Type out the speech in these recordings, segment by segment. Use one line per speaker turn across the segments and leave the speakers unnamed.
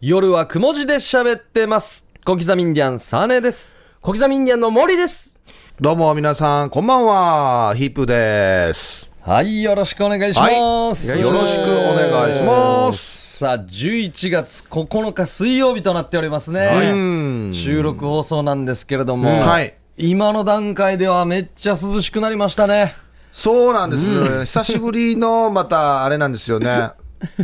夜はくも字で喋ってます。小刻みインディアン、サネです。
小刻みインディアンの森です。
どうも皆さん、こんばんは。ヒップです。
はい、よろしくお願いします。。
はいよろしくお願いします
さあ、11月9日水曜日となっておりますね。
うん。
収録放送なんですけれども、
はい
今の段階ではめっちゃ涼しくなりましたね。
そうなんです。久しぶりの、また、あれなんですよね。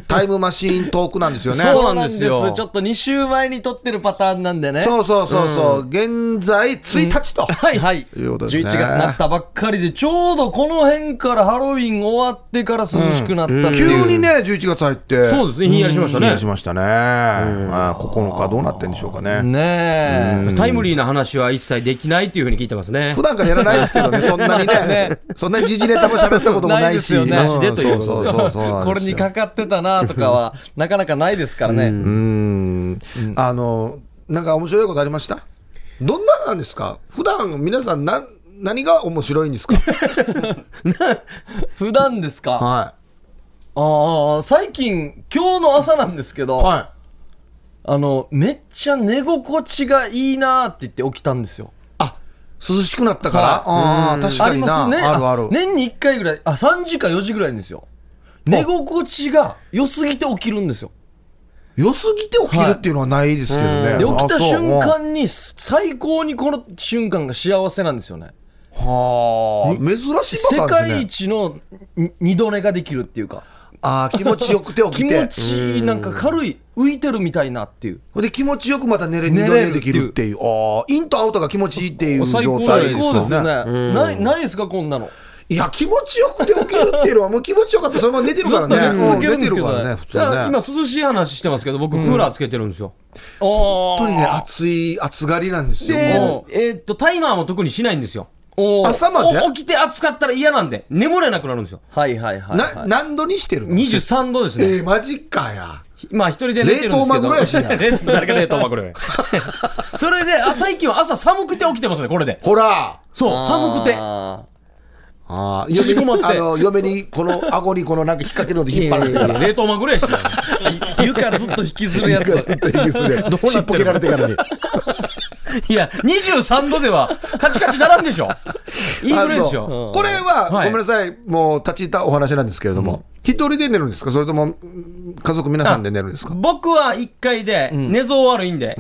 タイムマシーントークなんですよね。
そうなん
そうなん
で
ですすよ
ちょっと2週前に撮ってるパターンなんでね。
そうそうそうそう。現在、1日と。
はい、はい、
いうことですね
11月なったばっかりで、ちょうどこの辺からハロウィン終わってから涼しくなったっていう。
急にね、11月入って。
そうですね、ひんやりしました
ひんや
ね
り。しましたね。あー9日どうなってんでしょうかね。
ねえ。
タイムリーな話は一切できないというふうに聞いてますね
普。段からやらないですけどね、そんなにね。そんなに時事ネタも喋ったこともないし。
ないですよね
うん
でとい
そ
うこ
うそうそうそうなんですよ。
これにかかってたなとかは なかなかないですからね、
うーん、あの、なんか面白いことありましたどんななんですか普段皆さんな、何が面白いんで すか
普段ですか、あ
は
あ最近今日の朝なんですけど、
い。は
あのめっちゃ寝心地がいいなって言って起きたんですよ
い。あ、涼しくなったから、ああー確
あ
か
り
に
ま
な。
すね
あるある。
年に1回ぐらいあ3時か4時ぐらいにですよ寝心地が良すぎて起きるんですよ
良すぎて起きるっていうのはないですけどね。
は
で起きた
あそう
瞬間に最高にこの瞬間が幸せなんですよね
はあ、珍しい
世
パターンです
界
ね。
一のに二度寝ができるっていうか
ああ、気持ちよくて起
気
き
持
て。
ちいいなんか軽い浮いてるみたいなっていう
ほんで気持ちよくまた寝れ二度
寝れ
寝
る
できるっていう。ああ、インとアウトが気持ちいいっていう状
最高
態
最高ですよ。ねないないですかこんなの
いや、気持ちよくて起きるっていうの は、もう気持ちよかった、そのまま寝てるからね。
ずっと寝続けるん
うん
で
寝
す
て
け
る
ど
か
ね
らね、普通
いや
はね
今。涼しい話してますけど、僕クーラーつけてるんですよ。
本
本当にね、暑い、暑がりなんですよ。
で
もう、
えーっとタイマーも特にしないんですよ。
朝まで
お起きて暑かったら嫌なんで眠れなくなるんですよ。
はいはいはいはい
な、何度にしてるの
二十三度ですね。
えー、マジかや。
まあ一人で寝てるんですけ
冷凍マグ
ど。
ロやしな
冷凍誰か冷凍マ グロや。それであ最近は朝寒くて起きてますねこれで。
ほら。
そう寒くて。
あ
ああ、
縮こ
嫁
まっ
に、
て
あの、嫁に、この顎にこのなんか引っ掛けるので引っ張られてか
いやいやいや
ら。
冷凍マグロやし な。
ー床ずっと引きずるや
ず
つ
っと引きずって
どうなってるの
尻尾切られてからに。
いや23度ではカチカチならん でしょ。インフレでし
あ
ょ
の。これは、ご
はい
めんなさい、もう立ち入ったお話なんですけれども、一人で寝るんですかそれとも、うん家族皆さんで寝るんですか
僕は1回で、寝相悪いんで、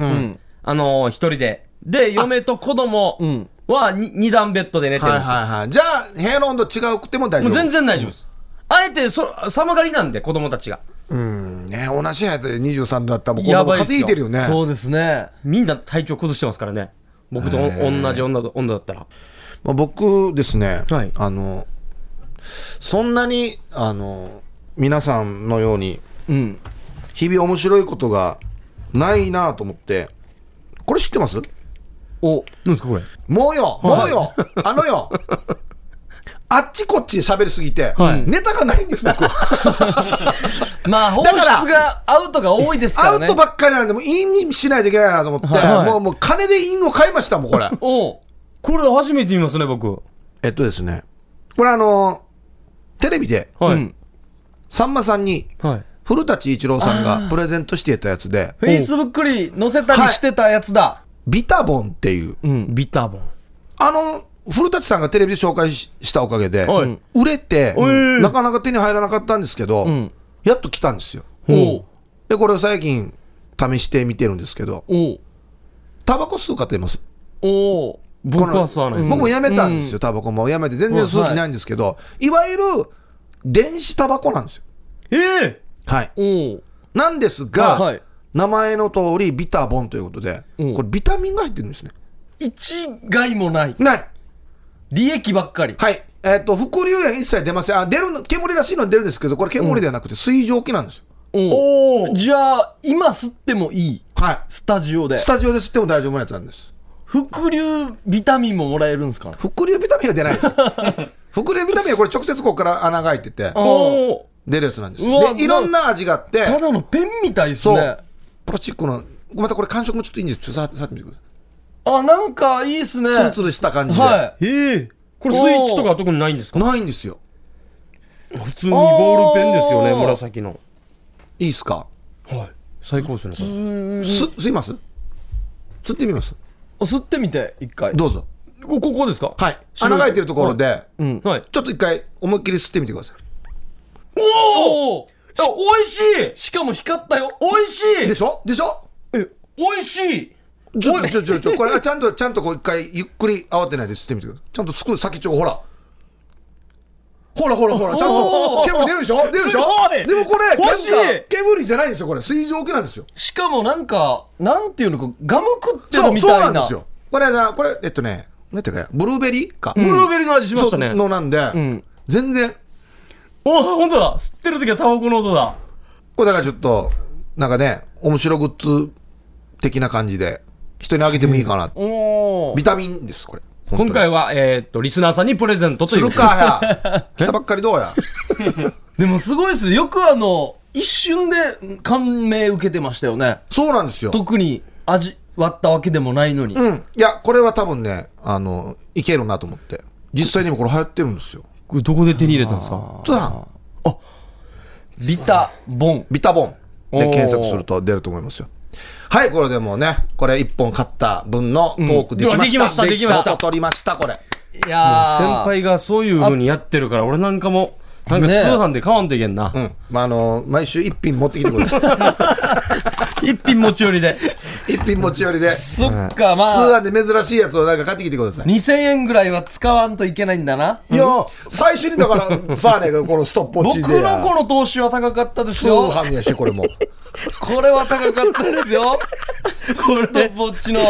あのー、一人で。で、嫁と子供
うん
はに二段ベッドで寝てるん
はい
ですよ。
はいはい。じゃあ、部屋の温度違うくても大丈
もう
夫。
全然大丈夫です。あえてそ、寒がりなんで、子供たちが。
うんね、同じ部屋で23度だったら、もう
や
今度
ばいっす
風邪
よ
ひいてるよね。
そうですね
みんな体調崩してますからね。僕とお同じ女だ女だったら。
まあ、僕ですね、
はい
あの、そんなに、あの、皆さんのように、
うん
日々面白いことがないなと思って、これ知ってます
お
何ですか、これ。
もうよ、もうよ、あのよ。あっちこっち喋りすぎて、
はい
ネタがないんです、僕 は。
まあ本質がアウトが多いですか
ア
らね
ウトばっかりなんで、もうインにしないといけないなと思って、
はい
もう、もう金でインを買いましたもん、これ。
お
これ初めて見ますね、僕。
えっとですね、これあの、テレビで、
はい。
うん
さんまさんに、
はい。
古舘伊知郎さんがプレゼントしてたやつで、
フェイスブックに載せたりしてたやつだ
ビタボンっていう、
うん
ビタボン。
あの、古舘さんがテレビで紹介ししたおかげで、
はい
売れて、
え
なかなか手に入らなかったんですけど、
ん
やっと来たんですよ。
ほ
で、これを最近、試してみてるんですけど、
お
タバコ吸う方います
おお
僕
こ
は
の
吸わないです。
僕もやめたんですよ、タバコもやめて、全然吸う気ないんですけど、いわゆる電子タバコなんですよ。
ええ
はい、
お
なんですが、
はい
名前の通り、ビタボンということで、
うん
これ、ビタミンが入ってるんですね。
一害もない
ない
利益ばっかり
はい。えっ、と、副流煙一切出ません。あ、出るの、煙らしいの出るんですけど、これ煙ではなくて水蒸気なんですよ。
おおじゃあ今吸ってもいい
はい。
スタジオで
スタジオで吸っても大丈夫なやつなんです。
伏流ビタミンももらえるんですか
副流ビタミンは出ないです。副流ビタミンはこれ直接ここから穴が開いてて、
おー
出るやつなんです
うわ
よ。で、いろんな味があって、
ただのペンみたいです
そ
ね
う。プラスチックの、またこれ感触もちょっといいんですよ。ちょっと触って触ってみてく
あなんかいいっすね
ださい。ツルツルした感じで。
は
ええこれスイッチとかは特にないんですか
ないんですよ。
普通にボールペンですよね、
あー
紫の。
いいっすか
はい。最高ですねこれ
す吸います吸ってみます
吸ってみて一回
どうぞ
こここですか
はい穴が開いてるところで、
うん
はい
ちょっと一回思いっきり吸ってみてくださ
おお
あ美味しい
しかも光ったよ
美味し
い
い
でしょでしょ
え美味しい
ちょちょちょちょこれはちゃんとちゃんとこう一回ゆっくり慌てないで吸ってみてくださいちゃんとつく先っちょがほらほらほらほらちゃんと煙出るでしょ出るでしょ
すごい
でもこれ
欲しい
煙煙じゃないんですよこれ水蒸気なんですよ
しかもなんかなんていうのかガム食って
そ
る
う
み
そう
た
ないんで
な
すよこれなこれえっとねなんていうかブルーベリーか、
ブルーベリーの味しました
そ
ね
うのなんで、
ん
全然
お本当だ吸ってる時はタバコの音だ
これだからちょっとなんかね面白グッズ的な感じで人にあげてもいいかな
おお
ビタミンですこれ本当に
今回はえーっとリスナーさんにプレゼントと
す
い
る
う
か や来たばっかりどうや
でもすごいですねよくあの一瞬で感銘受けてましたよね
そうなんですよ
特に味割ったわけでもないのに、
うんいやこれは多分ねあのいけるなと思って実際にもこれ流行ってるんですよ
これどこで手に入れたんですか
普段
ビタボン
ビタボンで
おー
検索すると出ると思いますよはいこれでもうねこれ1本買った分のトークできました、
うんできましたできました
元取りましたこれ
いや
先
ー
輩がそういうふうにやってるから俺なんかもなんか通
ね
販で買わんといけんな、
うんまああの毎週1品持ってきてくださ
一品持ち寄りで
い1 品持ち寄りで
そっかま
通
あ
販で珍しいやつをなんか買ってきてください。
2000円ぐらいは使わんといけないんだな、
いや、最初にだから、サーネがこのストップウォッ
僕
チで。
のこの投資は高かったです
通
よ
販やし、これも。
これは高かったです よ。これストップウォッチの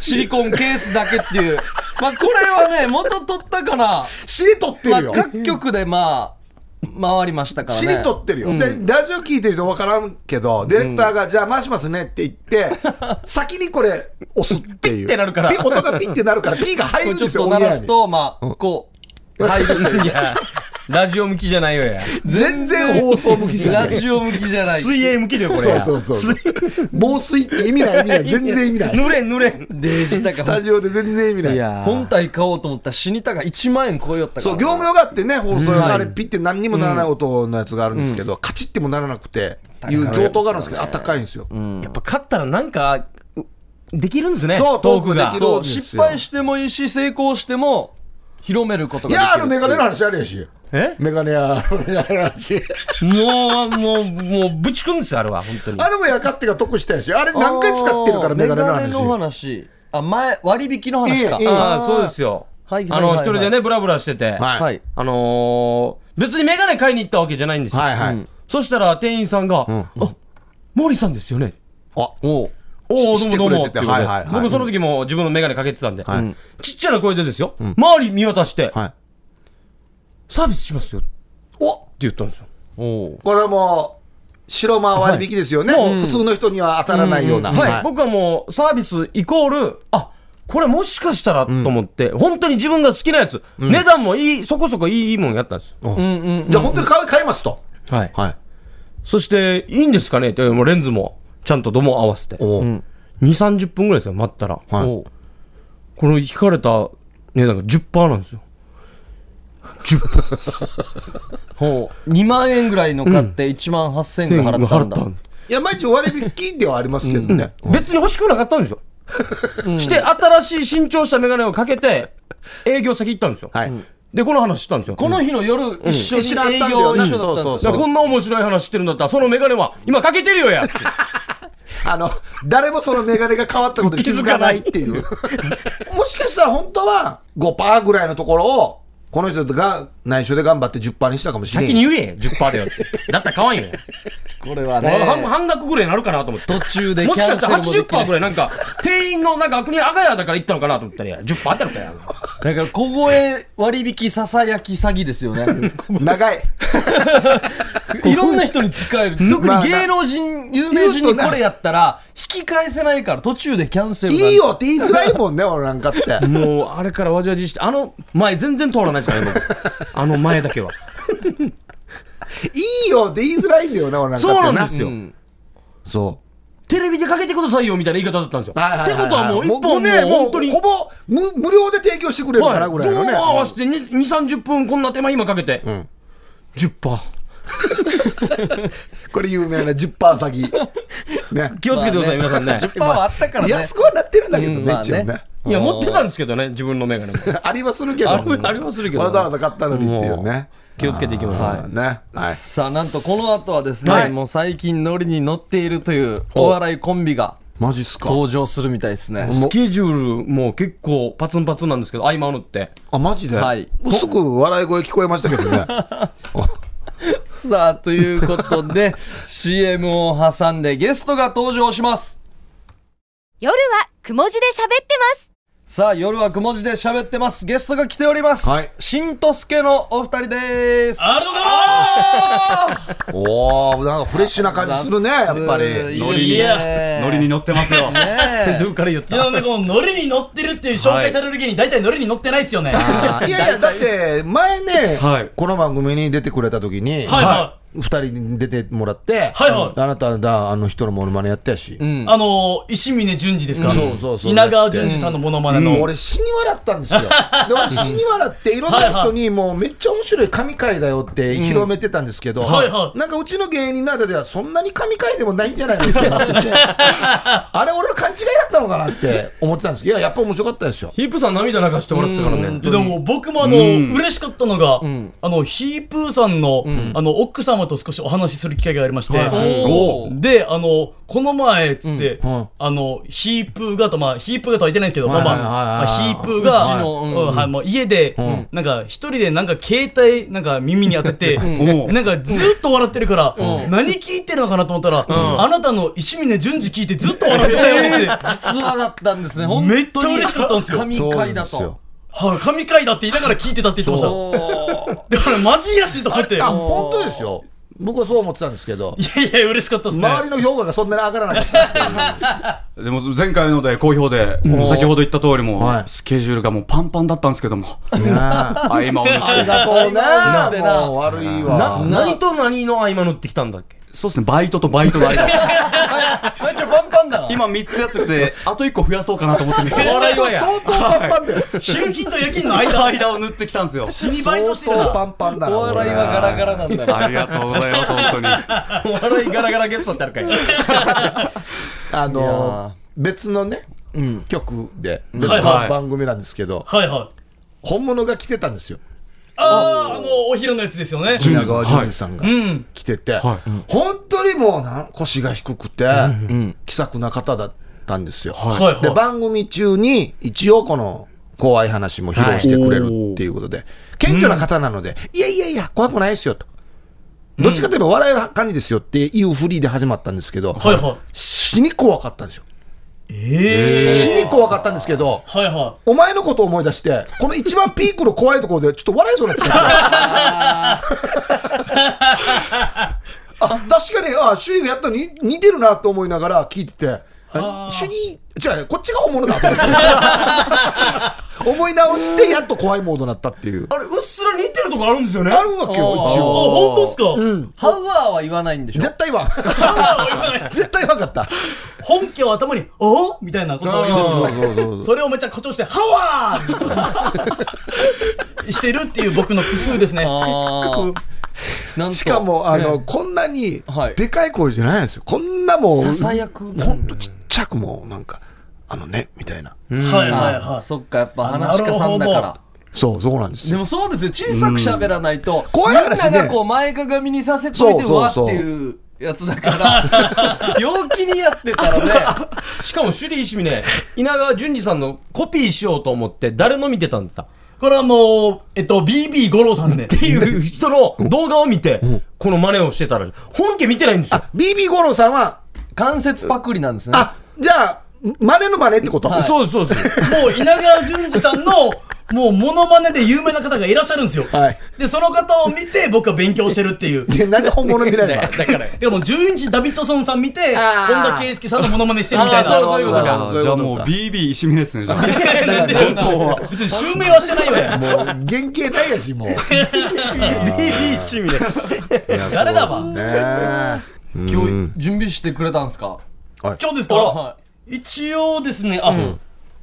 シリコンケースだけっていう。まあこれはね、元取ったから、
知りとって
まあ
るよ。
各局でまあ、回りましたからね。
知りとってるよ。で、ラジオ聞いてると分からんけど、ディレクターが、じゃあ回しますねって言って、先にこれ押すっていう。
ピッてなるから
ピ音がピッてなるから、ピーが入
これ
るん
ちょ
で
っ
すよ、
と
オ
鳴
ンエア
ら
に
すと、まあ、こう、入るという
いやラジオ向きじゃないよ や
全然放送向きじゃな
ラ
い。
ジオ向きじゃない。
泳向きだよこ
そうそうそう。防水って意味ない、意味ない。全然意味ない。
濡れん濡れん
デジタ
ス
カ
タジオで全然意味ない。
本体買おうと思ったら死にたが1万円超えよったから。
そう業務用があってね放送用のあれピッて何にもならない音のやつがあるんですけど、カチッてもならなくていう上等があるんですけどあったかいんですよ、
やっぱ買ったらなんかうできるんですね
そう
トーク
トークでき
が
る
そう
ですよ
失敗してもいいし、成功しても、広めること
い
ができる。
やーあのメガネの話あれやし
え
メガネや話
もうもうもうぶち込んですよあれは本当に
あれもやかってが得したやしあれ何回使ってるからメガネの
メガネ
話
話あ前割引の話か
いいいい
ああそうですよ
はいは
あ
いはいは
の
い
一人でねブラブラしてて
はい
はい
あのー別にメガネ買いに行ったわけじゃないんですよ
はいはい、
うん
そしたら店員さんが「あモーリーさんですよね」
あ
おう
おお、
し
どうもどう
してくれて
も
て
っていうことで
はいはいはい
僕その時も自分の眼鏡かけてたんで、
はい
うんちっちゃな声でですよ、周り見渡して、
はい
サービスしますよって
お
言ったんですよ。
お
これも白間割引ですよね、
はいもう
普通の人には当たらないような、
はい、
はい
僕はもうサービスイコール、あこれもしかしたらと思って、本当に自分が好きなやつ、値段もいい、そこそこいいもんやったんですよ。
うんうん
じゃあ本当に買い買いますと、
はい。
はい
そして、いいんですかねって、もうレンズも、ちゃんと度も合わせて。2、
おう
30分ぐらいですよ、待ったら。
はい
おうこの引かれた値段が10%なんですよ。10%。
ほう2万円ぐらいの買って1万8000円ぐらい 払ったんだ
いや毎日割引ではありますけどね、
別に欲しくなかったんですよ。して、新しい新調した眼鏡をかけて、営業先行ったんですよ。
はい
で、この話したんですよ。
この日の夜一緒
一緒だっ
に営
たんだよ
業
な
一緒だったんで
そうそうそ
すよ
う
だからこんな面白い話してるんだったら、その眼鏡は今かけてるよ やって
あの、誰もそのメガネが変わったことに気づかないっていう。 もしかしたら本当は5%ぐらいのところを、この人が内緒で頑張って10%にしたかもしれな
先
い。
に言えよ、10%だよって。だったら買わ んよ。
これは
まあ半
ね
半額ぐらいになるかなと思って。
途中で
も
キ
し
ャ
か
ン
し
セ
た
ルもできない
ら80%ぐらい、なんか、店員のなんか、国赤屋だから行ったのかなと思ったら、いや10%あったのかよ。
だから小声割引ささやき詐欺ですよ ね
長い。
いろんな人に使える特
まあ
に
な
芸能人有名人にこれやったら引き返せないから途中でキャンセル
い
なんて
いよって言いづらいもんね、俺なんかって。
もう、あれからわじわじして、あの前全然通らな いですからね、僕。あの前だけは。
いいよって言いづらいんだよな、俺なんかって。
そうなんですよ。
そ
テレビでかけてくださいよみたいな言い方だったんですよ。
う。はいはい
ってことはもう一
も
本もう
ね、も
本
う
当に、
ほぼ無無料で提供してくれるか
は、
ないぐらいのね。
どう合わせて2、30分こんな手間今かけて、
ん
10%。
これ有名な10%詐欺。ね。
気をつけてください、皆さん ね。
10%はあったからね
安くはなってるんだけど
うんま
ね、
あ
一応ね
ね。
いや、持ってたんですけどね、自分のメガネも。
ありはするけど。
あるありはするけど
わざわざ買ったのにっていうね。
気をつけていきましょう。
はい。ね。はい。
さあなんとこの後はですね、
はい
もう最近ノリに乗っているというお笑いコンビが
マジっすか。
登場するみたいですね
スケジュールも結構パツンパツンなんですけど、合間を縫って。
あ、マジで
はい
薄く笑い声聞こえましたけど ね。
さあということ で CM を挟んでゲストが登場します
夜はくも字で喋ってます。
さあ夜はくも字で喋ってますゲストが来ております、
はい
しんとすけのお二人です
おおなんかフレッシュな感じするね、やっぱり。
ノリにノリに乗ってますよ。
どっから言っ
い
た
やなんかこのノリに乗ってるっていう紹介される芸人大体ノリに乗ってないですよね。はい
あーいやいや、だって、前ね
はい、
この番組に出てくれた時に、
は
二人に出てもらって、
はいはい
あなただ、あの人のモノマネやったやし。
い。あのー石峰淳二ですか。
そうそうそう
稲川淳二さんのモノマネの。
俺死に笑ったんですよ。で俺死に笑っていろんな人にもうめっちゃ面白い神回だよって広めてたんですけど、
はいはい
なんかうちの芸人の間ではそんなに神回でもないんじゃないのってなっててあれ俺の勘違いだったのかなって思ってたんですけどいややっぱ面白かったですよ。
ヒップさん涙流してもらってたからね。
でも僕もあの、嬉しかったのが、あのヒープーさんの、あの奥様と少しお話しする機会がありまして、
はいは
おー
であのこの前っつって、
うんはい
あのヒープーがとまあヒープーがとは言ってないんですけど、まあま
はいはいはいはい
あヒープーが
うちのうん
うんはいもう家で、なんか一人でなんか携帯なんか耳に当てて、
ん
なんかずっと笑ってるから、何聞いてるのかなと思ったら、あなたの石峰淳二聞いてずっと笑ってたよ って。
実話だったんですね本
めっち
当
ゃ
に
嬉しかったんですよ
神回だ
そうなんですよ
と
はい、神回だって言いながら聞いてたって言ってました。で、俺マジやしと思って。い
あ
や
本当ですよ。僕はそう思ってたんですけど、
いや、嬉しかったですね。
周りの評価がそんなに上がらなかった。
でも前回ので好評で、先ほど言った通りも、
はい
スケジュールがもうパンパンだったんですけ ども、
あ
あ今思って
りがとう
なんで
な。
な
もう悪い
な
わ。
何と何の合間縫ってきたんだっけ
そうですね、バイトとバイトの間、
めっちゃパンパンだな
今3つやってて、あと1個増やそうかなと思ってんですけど、
相当パンパンだよ。
昼勤と夜勤の 間、
間を塗ってきたんですよ。
死にバイトしてる
相当
な。
パンパンだな。
お笑いはガラガラなんだな
ありがとうございます、本当に。
お笑いガラガラゲストってあるかい
あ
いや
の
ー
別のね、曲で別
は
の
いはい
番組なんですけど、
はいはい。
本物が来てたんですよ
あー、あの、お昼のやつですよね。
二
稲
さん
川淳二さんが
うん。
来てて、
はい
本当にもうなん腰が低くて、気さくな方だったんですよ、
はいはい
で番組中に一応この怖い話も披露してくれるっていうことで、謙虚な方なので、いやいやいや怖くないですよと。どっちかといえば笑える感じですよっていうふりで始まったんですけど、
はいはい。
死に怖かったんですよ。
ええ
死に怖かったんですけど、
ー。はいは
お前のことを思い出して、この一番ピークの怖いところで、ちょっと笑いそうになってきた。あ確かに、あ、主義がやったのに似てるなと思いながら聞いてて、あ主義、違う、こっちが本物だと思って。 思い直して、やっと怖いモードになったっていう。
あれ、うっすら似てるとこあるんですよね。
あるわけよ、一
い。あ、
応。
本当っすか、
ハウアーは言わないんでしょ
絶対は。絶対わかった。
本家は頭に、おみたいなことを言うんですけ
そう
ど、
そうそう
それをめっちゃ誇張して、ハワ ーしてるっていう僕の工夫ですね。
ああなんと
しかも、あの、こんなに
はい、
でかい声じゃないんですよ。こんなもう、
ささやく
ほんとちっちゃくもう、なんか、あのね、みたいな。
はいはいはい。
そっかやっぱ話し家さんだか
なるほ
ら
そう、そうなんです
で
よ。
もそうですよ小さく喋らないと、
怖い話ね
みんながこう前かがみにさせといて
そうそうそう
わっていうやつだから陽気にやってたらね
しかも、首里石見ね、稲川淳二さんのコピーしようと思って、誰の見てたんですか
これはあのー、えっと、BB 五郎さんですね。
っていう人の動画を見て、この真似をしてたら、本家見てないんですよ。
BB 五郎さんは、
関節パクリなんですね
あ、じゃあ、真似の真似ってこと
はい
そうです、そうです。
もう稲川淳二さんの、もうモノマネで有名な方がいらっしゃるんですよ。
はい
で、その方を見て僕は勉強してるっていう。
でなんで本物見 ないのか。
でも11時ダビッドソンさん見て、
あー
本田圭佑さんのモノマネしてるみたいな。
あーそういうこと
か
あーじゃあもう BB 石見ですね、じゃあ。
なんで本当は。別に襲名はしてないわよ。
もう、原型ないやし、 もう。
BB 石見ね。
誰だわ。
ね
今日準備してくれたんですか
今日ですか一応ですね、あ、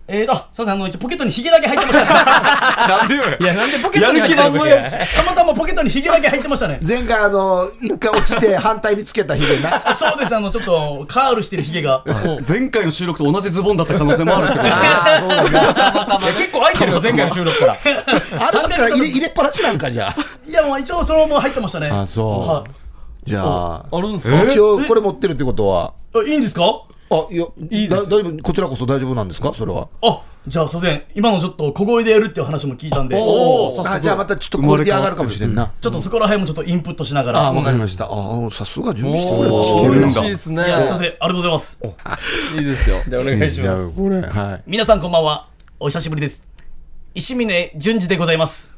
えーと、あ、すいません、あの、一応ポケットにヒゲだけ入ってましたね。
なんでよ。
いや、なんでポケッ
や
トに
る
入
気
って
満
る
々
や
や
し
し。
たまたまポケットにヒゲだけ入ってましたね。
前回あの一回落ちて反対につけたヒゲ な
あそうです、あの、ちょっと、カールしてるヒゲ が。
前回の収録と同じズボンだった可能性もあるってこ
あ
と
ーそうだね
結構空いてるよ、前回の収録から。
あるから入れ入れっぱなしなんかじゃ
いや、もう一応そのまま入ってましたね。
あそ
は。
うじゃあ
あるんですか
一応これ持ってるってことはい
えいいんですか
あいやだだいぶこちらこそ大丈夫なんですかそれは
あ、じゃあ、すいません、今のちょっと小声でやるっていう話も聞いたんで、ちょ
おお、さ
あ
す
じゃあまたちょっとクオリティ上がるかもしれんな
っとそこら辺もちょっとインプットしなが
あ
ら。
わかりましたあさすが準備してくれる
お
聞
ー
ける
嬉
んだ
しいですね
いや、すいません、ありがとうございます。
いいですよ。
が。お願いします。
すこれはい
皆さんこんばんは。お久しぶりです。石峰淳二でございます。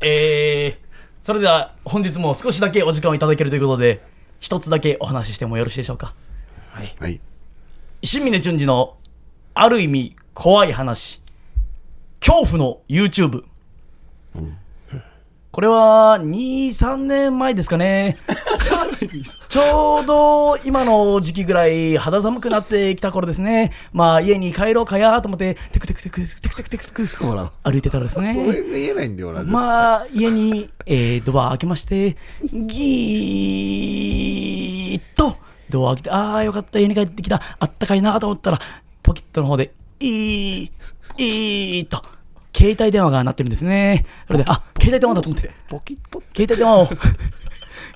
えー、それでは本日も少しだけお時間をいただけるということで、一つだけお話ししてもよろしいでしょうか。
はい
石峰淳二のある意味怖い話恐怖の YouTube、これは23年前ですかねちょうど今の時期ぐらい肌寒くなってきた頃ですねまあ家に帰ろうかやと思ってテクテクテクテクテクテクテク
ほら
歩いてたらです
こ
ね
れ言えないんだよな
まあ家に、えードア開けましてギーッとドア開けてああよかった家に帰ってきたあったかいなと思ったらポケットの方でいーいーっと携帯電話が鳴ってるんですねそれであ携帯電話だと思って
ポキッポ
携帯電話を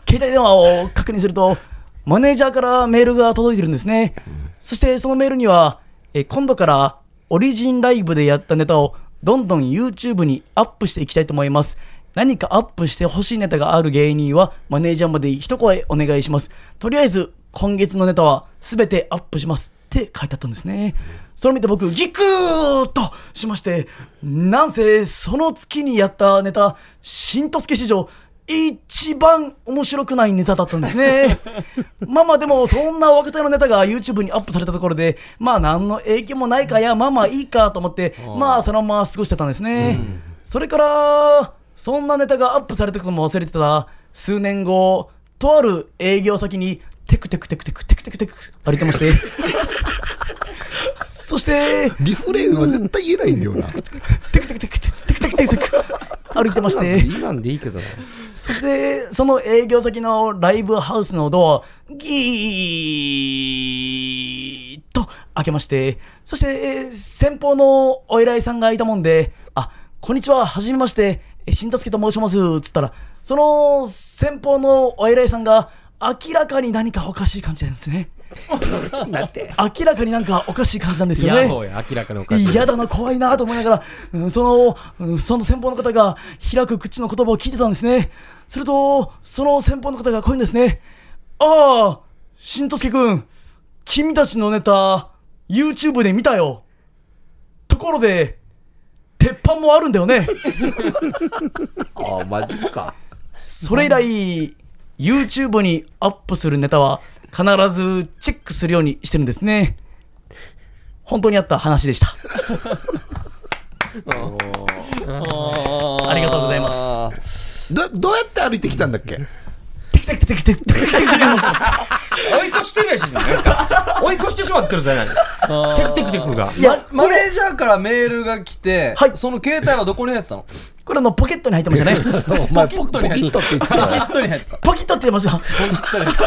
携帯電話を確認するとマネージャーからメールが届いてるんですねそしてそのメールにはえー今度からオリジンライブでやったネタをどんどん YouTube にアップしていきたいと思います何かアップしてほしいネタがある芸人はマネージャーまで一声お願いしますとりあえず今月のネタは全てアップしますって書いてあったんですねそれを見て僕ギクーッとしましてなんせその月にやったネタしんとすけ史上一番面白くないネタだったんですねまあまあでもそんな若手のネタが YouTube にアップされたところでまあ何の影響もないかやまあまあいいかと思ってまあそのまま過ごしてたんですね、それからそんなネタがアップされたことも忘れてた数年後とある営業先にテクテクテクテクテクテクテク歩いてましてそして
リフレインは絶対言えないんだよな
テクテクテクテクテクテクテクテク歩いてまして
今んでいいけどな。
そして、その営業先のライブハウスのドアをギーッと開けまして、そして、えー先方のお偉いさんがいたもんで、あ、こんにちは、はじめまして、えーしんとすけと申します、つったら、その先方のお偉いさんが、明らかに何かおかしい感じなんですね。明らかになんかおかしい感じなんですよね。
やそうや、明らかにおかしい。
嫌だな、怖いなと思いながら、うんその、うんその先方の方が開く口の言葉を聞いてたんですね。すると、その先方の方がこういうんですね。ああ、しんとすけくん、君たちのネタ、YouTube で見たよ。ところで、鉄板もあるんだよね。
あマジか
それ以来、YouTube にアップするネタは必ずチェックするようにしてるんですね。本当にあった話でした。ありがとうございます
どどうやって歩いてきたんだっけ
テキテキテキテキテキテキテキ
追い越してるやし、なんか追い越してしまってるじゃない。テクテクテクが。
いや、
マネージャーからメールが来て、
はい
その携帯はどこに入ってたの
これあのポケットに入ってました ね。
お前ポキッとって言ってた
ポケ
よ
ットに入ってた。
ポキッとって言いました。
ポケットに入って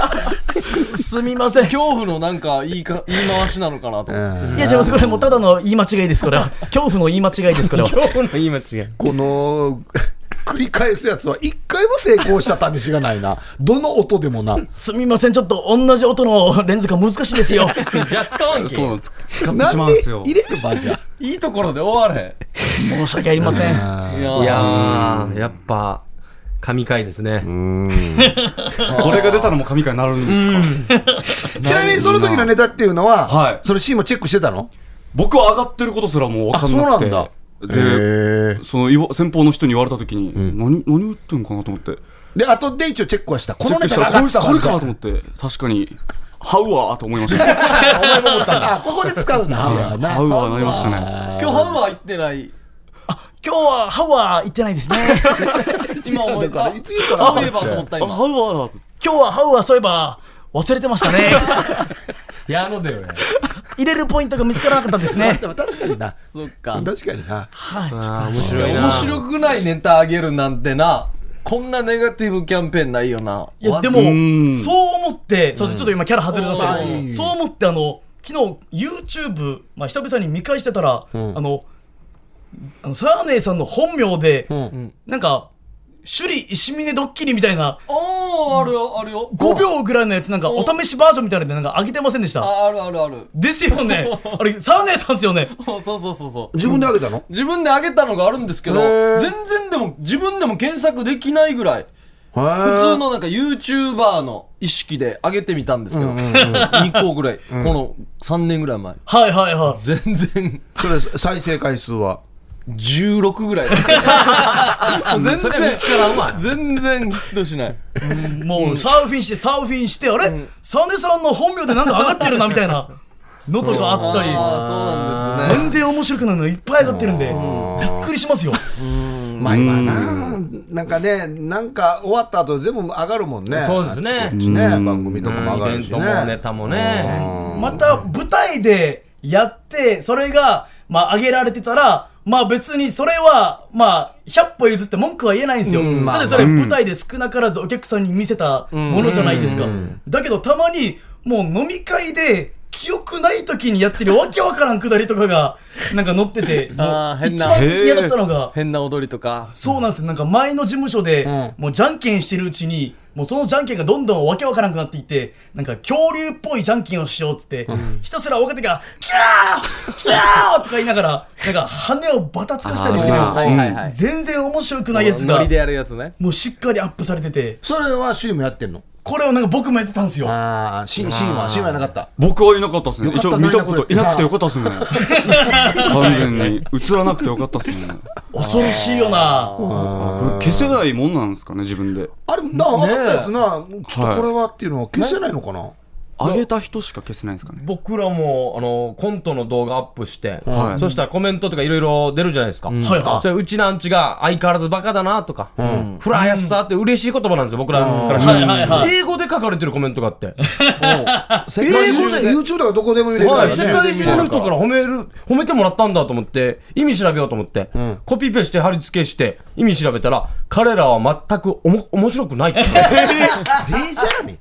た
すすみません。い
恐怖のなんか言いか言い回しなのかなと思って。
うん
や、違います。これもうただの言い間違いです、これは。恐怖の言い間違いです、これは。
今日の言い間違い。
この繰り返すやつは一回も成功した試しがないなどの音でもな
すみません。ちょっと同じ音の連続が難しいで すよ。
じゃあ使わんけ。
そうなんです。使ってし
な
ま
ん
うん
で
ですよ。
入れる場じゃ
いいところで終われ
申し訳ありません。
へん。いや
い
ー
やー、やっぱ、神回ですね。
これが出たらもう神回になるんですか。
ちなみにその時のネタっていうのは、
はい
そのシーンもチェックしてたの
僕は上がってることすらもう分かんなくて。
あそうなんへ
で、
ー
そのいわ先方の人に言われたときに、何、何言ってんかなと思って。
で後で一応チェックはしたこ
チ
の
ェック
ネ
し
タ
た
が上
ら、
がって
こい
たわみたい
つこれかと思って、確かに、ハウアーと思いました。
なあここで使うんだ
ハウアーになり ましたね。
今日ハウは行ってない。
今日はハワー行ってないですね。
今思い
だから
あ
いつ言うかな
そういえばと思った
あ
今。
ハウアーだと。
今日はハワーそういえば忘れてましたね。
やのでよね。
入れるポイントが見つからなかったんですね
で。も確かにな。
そっか
確かにな。
あー面白いな
面白くないネタあげるなんてなこんなネガティブキャンペーンないよない
や、でも、そう思って、そうですちょっと今キャラ外れたんです
う
け
ん
ど、そう思って、あの、昨日 YouTube、まあ、久々に見返してたら、あの、あのサーネーさんの本名で、
うん。
なんか、首里石峰ドッキリみたいな、
おーあるよあるよ
5秒ぐらいのやつ、なんか、お試しバージョンみたいなので、なんか、上げてませんでした。
ああるあるある
ですよ ね。あれ、サーネーさんですよね。
そうそうそうそう
自分であげたの
自分であげたのがあるんですけど
へー
全然でも自分でも検索できないぐらい普
普
通。のなんか YouTuber の意識で上げてみたんですけど、2個ぐらい、この3年ぐらい前
はいはいはい。
全然
それ再生回数は。
16ぐらい 全
それ見
然
つからんわ
全然ヒットしない
もうサーフィンしてサーフィンしてあれ、サネさんの本名でなんか上がってるなみたいなのとかあったり
ああそうなんですね
全然面白くないのいっぱい上がってるんでびっくりしますよ
まあ今な、なんかね、なんか終わった後全部上がるもんね。
そうですね
あっちこっちね、番組とかも上が
イベ
る
ン
し
トもネ
ね。
タもね
また舞台でやってそれがまあ上げられてたらまあ別にそれはまあ100歩譲って文句は言えないんですよ、
うんまあ
だってそれ舞台で少なからずお客さんに見せたものじゃないですか、だけどたまにもう飲み会で記憶ない時にやってるわけわからんくだりとかがなんか載ってて
あー変な
もう一番嫌だったのが
変な踊りとか
そうなんですよなんか前の事務所で、もうじゃんけんしてるうちにもうそのじゃんけんがどんどんわけわからなくなっていってなんか恐竜っぽいじゃんけんをしようっつって、ひたすら若手が「キャーキャー!」とか言いながらなんか羽をバタつかしたりする、
あーはいはいはい
全然面白くないやつ
ノ
が
リでやるやつね
もうしっかりアップされてて
それはシームやってんの
これをなんか僕もやってたんですよ
ああ、シーシームは、シームはなかった。
僕はいなかったっすね。
よかっ
一
た
応
な
見たこと、
い
い
な
な
く
く
て
てよかったっすね。 完全に。映らなくてよかったっすね。
恐ろしいよな
あこれ消せないもんなんですかね、自分で。
あれ、な、上がったやつな、ちょっとこれはっていうのは消せないのかな
上げた人しか消せないんですかね。
僕らもあのコントの動画アップして、
はい
そしたらコメントとかいろいろ出るじゃないですか、
はいはい
それうちのアンチが相変わらずバカだなとか、フラやっさって嬉しい言葉なんですよ僕らからした
うんはいはい
ら
はい
英語で書かれてるコメントがあって
英語で YouTube だからどこでも見れるから
はい、世
ね。
界中の人から褒める褒めてもらったんだと思って意味調べようと思って、コピペして貼り付けして意味調べたら彼らは全くおも面白くない って
デージャーミン。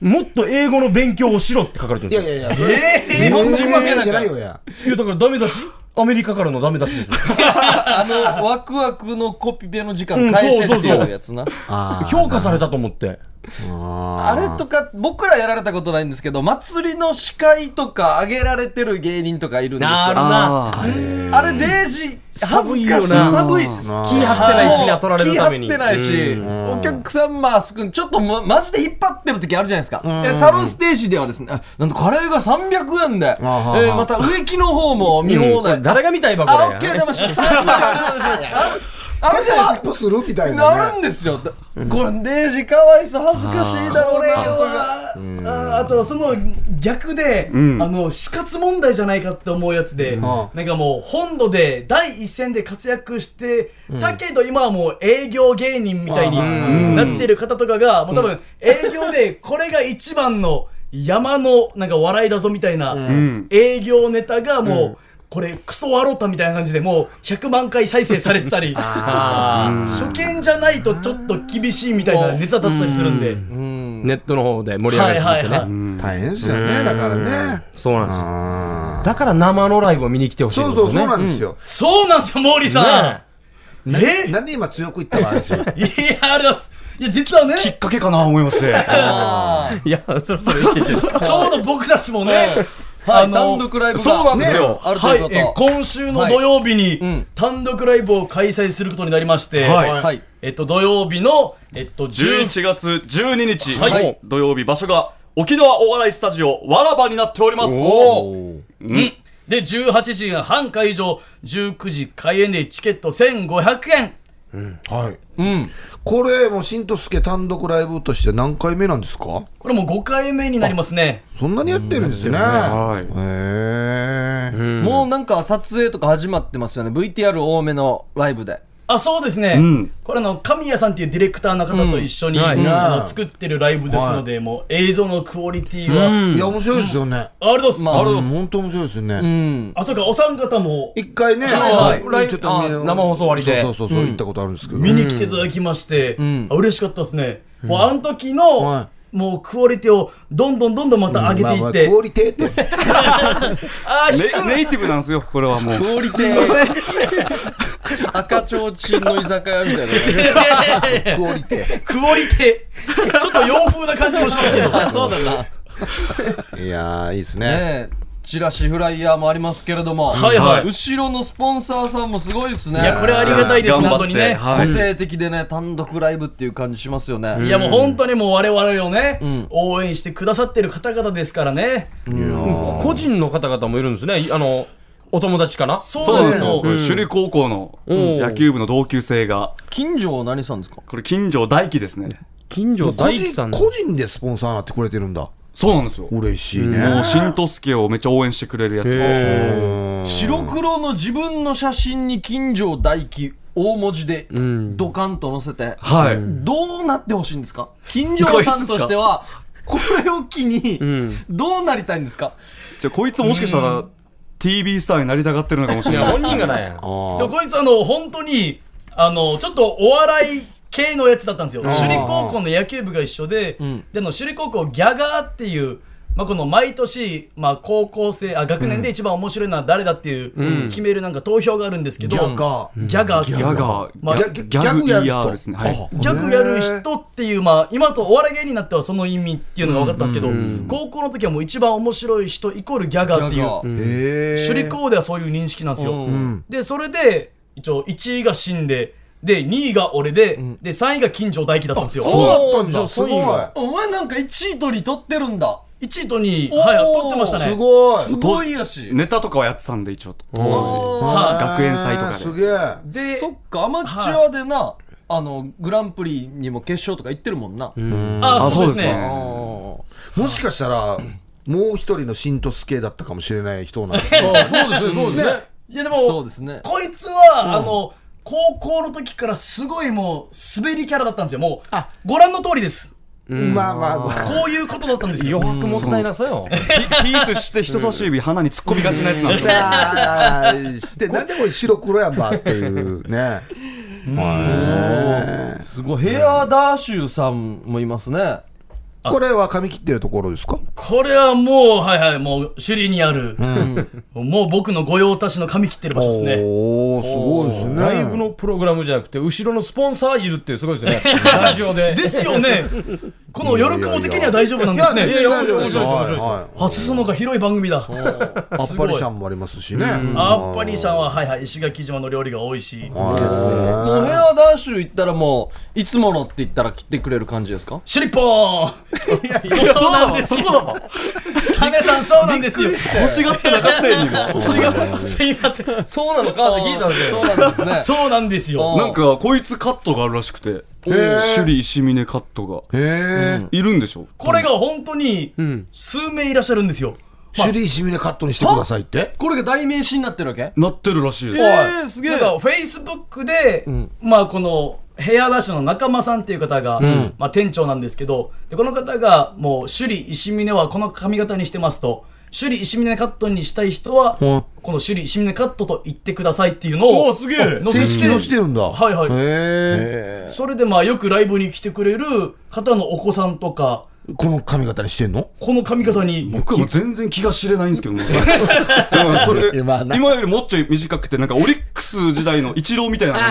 もっと英語の勉強をしろって書かれてるん
いや
です
い
よ
やいや、それ日本人負けじゃないよや。
いやだからダメだしアメリカからのダメだし ですよ
あのワクワクのコピペの時間返せっていうやつな
評価されたと思って
あれとか僕らやられたことないんですけど祭りの司会とかあげられてる芸人とかいるんですよ
なる
ああ。
あれデージ
寒
恥
い
ずか
よ
しい
な
寒い
あ
気張ってないしな取られるために
気張ってないしお客さんマース君ちょっとまマジで引っ張ってる時あるじゃないですかえサブステージではですねあなんとカレーが300円でえ
ー
ーまた植木の方も見放題
誰が見たいばこれ
あオッケー出ました最初からあるあるじゃない
ア
です
ッ
か
プするみたいなね。
なるんですよこれデージかわいそう恥ずかしいだろ
こ
う
れ
なとか
はああとその逆で、
ん
あの死活問題じゃないかって思うやつで、なんかもう本土で第一線で活躍して、だけど今はもう営業芸人みたいに
うん
なってる方とかが、もう多分営業でこれが一番の山のなんか笑いだぞみたいな、
ん
営業ネタがもう、これクソ笑ったみたいな感じでもう100万回再生されてたり初見じゃないとちょっと厳しいみたいなネタだったりするんで。
ネットの方で盛り上がりすぎてね、
はいはい
大変ですよね、だからね。
そうなんですよ
あー
だから生のライブを見に来てほしいん
そ
で
う
す
そ
よね
う、そうなんですよ。
そうなんですよ、毛利さん。えいや、
なんで今強く言ったわ、私。
ありがとうございます。いや、実はね、
きっかけかな、思いまして。
いやそろそろ言ってんじゃないですか
ちょうど僕たちもね、
は
あ
い
の
単独ライブが
そうなんです
ね
よ
あると
はいい、
うこと
えー今週の土曜日
ん
に単独ライブを開催することになりまして、
はい
はい
えっと、土曜日の、えっと、10
11月12日、
はい
土曜日場所が沖縄お笑いスタジオわらばになっておりますうん
で、18時半会場、19時開演でチケット1500円。
はい。
うん
これ、もう、しんとすけ単独ライブとして何回目なんですか
これもう5回目になりますね。
そんなにやってるんですね。
は
へ
い
え。
もうなんか撮影とか始まってますよね VTR 多めのライブで
あそうですね、
ん
これあの神谷さんっていうディレクターの方と一緒に、
うんはい
うんあ
は
の
い
作ってるライブですので、もう映像のクオリティは、
うん
いや、面白いですよね。
あれです、あ、
うん本当面白いですよね。
そうかお三方も
一回ね、
はい
あのちょっと
あ
ね
生放送終わりで
そうそうそうそう、行ったことあるんですけど。
見に来ていただきまして、
ん
あ嬉しかったですね、もうあの時の、
はい
もうクオリティをどんどんどんどんまた上げていって、
クオリティって。
あー低い
ネネイティブなんですよ、これはもう。
クオリティ赤ちょうちんの居酒屋みたいな ね
クオリティ。
クオリティちょっと洋風な感じもしますけど
そうだなね
いやー、いいですね。
えチラシフライヤーもありますけれども
はいはい
後ろのスポンサーさんもすごいですね
いやこれはありがたいです
頑張って
本当にね、
は
個
い
性的でね単独ライブっていう感じしますよね
いやもう本当にもう我々をね、応援してくださってる方々ですからね、
個人の方々もいるんですねいあのお友達かな
そうですよ
これ首里高校の
うん
野球部の同級生が、
近所何さんですか
これ、近所大輝ですね。
近
個
所大樹
人
さん
個人でスポンサーになってくれてるんだ。
そうなんですよ。も、
嬉しいうね。
しんとすけをめっちゃ応援してくれるやつが。
白黒の自分の写真に近所大輝大文字でドカンと載せて、
はい。
どうなってほしいんですか金城さんとしてはこれを機にどうなりたいんですか、
じゃあこいつもしかしたら、TV スターになりたがってるのかもし
い
れ
や
ないで
本
す。
人がね
でこいつあの本当にあのちょっとお笑い系のやつだったんですよ首里高校の野球部が一緒で,、であの首里高校ギャガーっていう、まあ、この毎年、まあ、高校生あ学年で一番面白いのは誰だっていう、決めるなんか投票があるんですけど
ギャガー
ギャガーって
ギ
いう
ャガー、
まあ
ギャギャグ ER ですね。はい。
ギャグやる人っていう、まあ、今とお笑い芸人になってはその意味っていうのが分かったんですけど、高校の時はもう一番面白い人イコールギャガーっていう
ギャガー
へー
首里高ではそういう認識なんですよ、
うん
でそれで一応1位が死んでで2位が俺で、で3位が金城大輝だったんですよ
そうだったん
じゃ
だ。
あ
すごい。
お前なんか1位取り取ってるんだ
1位と2位はい取ってましたね
すごい。
すごいやし、
ネタとかはやってたんで、一応。
あ
学園祭とか
あー
です
げえ。
ーでそっかアマチュアでな、あのグランプリにも決勝とか行ってるもんな、
ああそうです
あ
ね
そう
もしかしたら、もう一人のシントス系だったかもしれない人なんです
あ
よ。
そうですねそうですね
いやで
そう
も
ですね
こいつは、あの高校の時からすごいもう滑りキャラだったんですよも
あ
うご覧の通りです
まあまあまあ、
こういうことだったんですよ
余白もったいなさよ
ピピースして人差し指鼻に突っ込みがちなやつなんですよ。
あーして、なんでこれ白黒やんばっていうね。へー
すごいヘアダーシューさんもいますね
これは髪切ってるところですか
これはもうはいはいもう首里にある、もう僕の御用達の髪切ってる場所ですね
おおすごいですね。
ライブのプログラムじゃなくて後ろのスポンサーいるってすごいですねラジオで
ですよねこの夜雲的には大丈夫なん
い
で
や、
す
全
ね
然大丈夫です。
いやいや面白いです面白いです
はい
あ裾野が広い番組だ
アッパリシャンもありますしね。
あっぱりシャンははいはい石垣島の料理が多いし
あー
もうヘアダッシュ行ったらもういつものって言ったら切ってくれる感じですか
シュリッポーンいや そうなんですよサネさんそうなんですよ
欲しがってなかったよ、今。
すいません
そうなのかって聞いたんです
そ
よ
うなんですね
そうなんですよ
なんか、こいつカットがあるらしくて。首里石峰カットが。
へえ。
いるんでしょ
これが本当に数名いらっしゃるんですよ
シュリーシミネカットにしてくださいって。
これが代名詞になってるわけ
なってるらしいです。
えー、すげ
なんかフェイスブックで、まあこのヘアダッシュの仲間さんっていう方が、まあ、店長なんですけどでこの方がもう首里石峰はこの髪型にしてますと首里石峰カットにしたい人は、この首里石峰カットと言ってくださいっていうのを
すげえ
載
正
せ
式のしてるんだ。
はいはい
へ
それでまあよくライブに来てくれる方のお子さんとか
え。この髪型にしてんの
この髪型に
僕はもう全然気が知れないんですけどね。うんそれ
今な
今よりもっちょい短くて、なんかオリックス時代のイチローみたいな感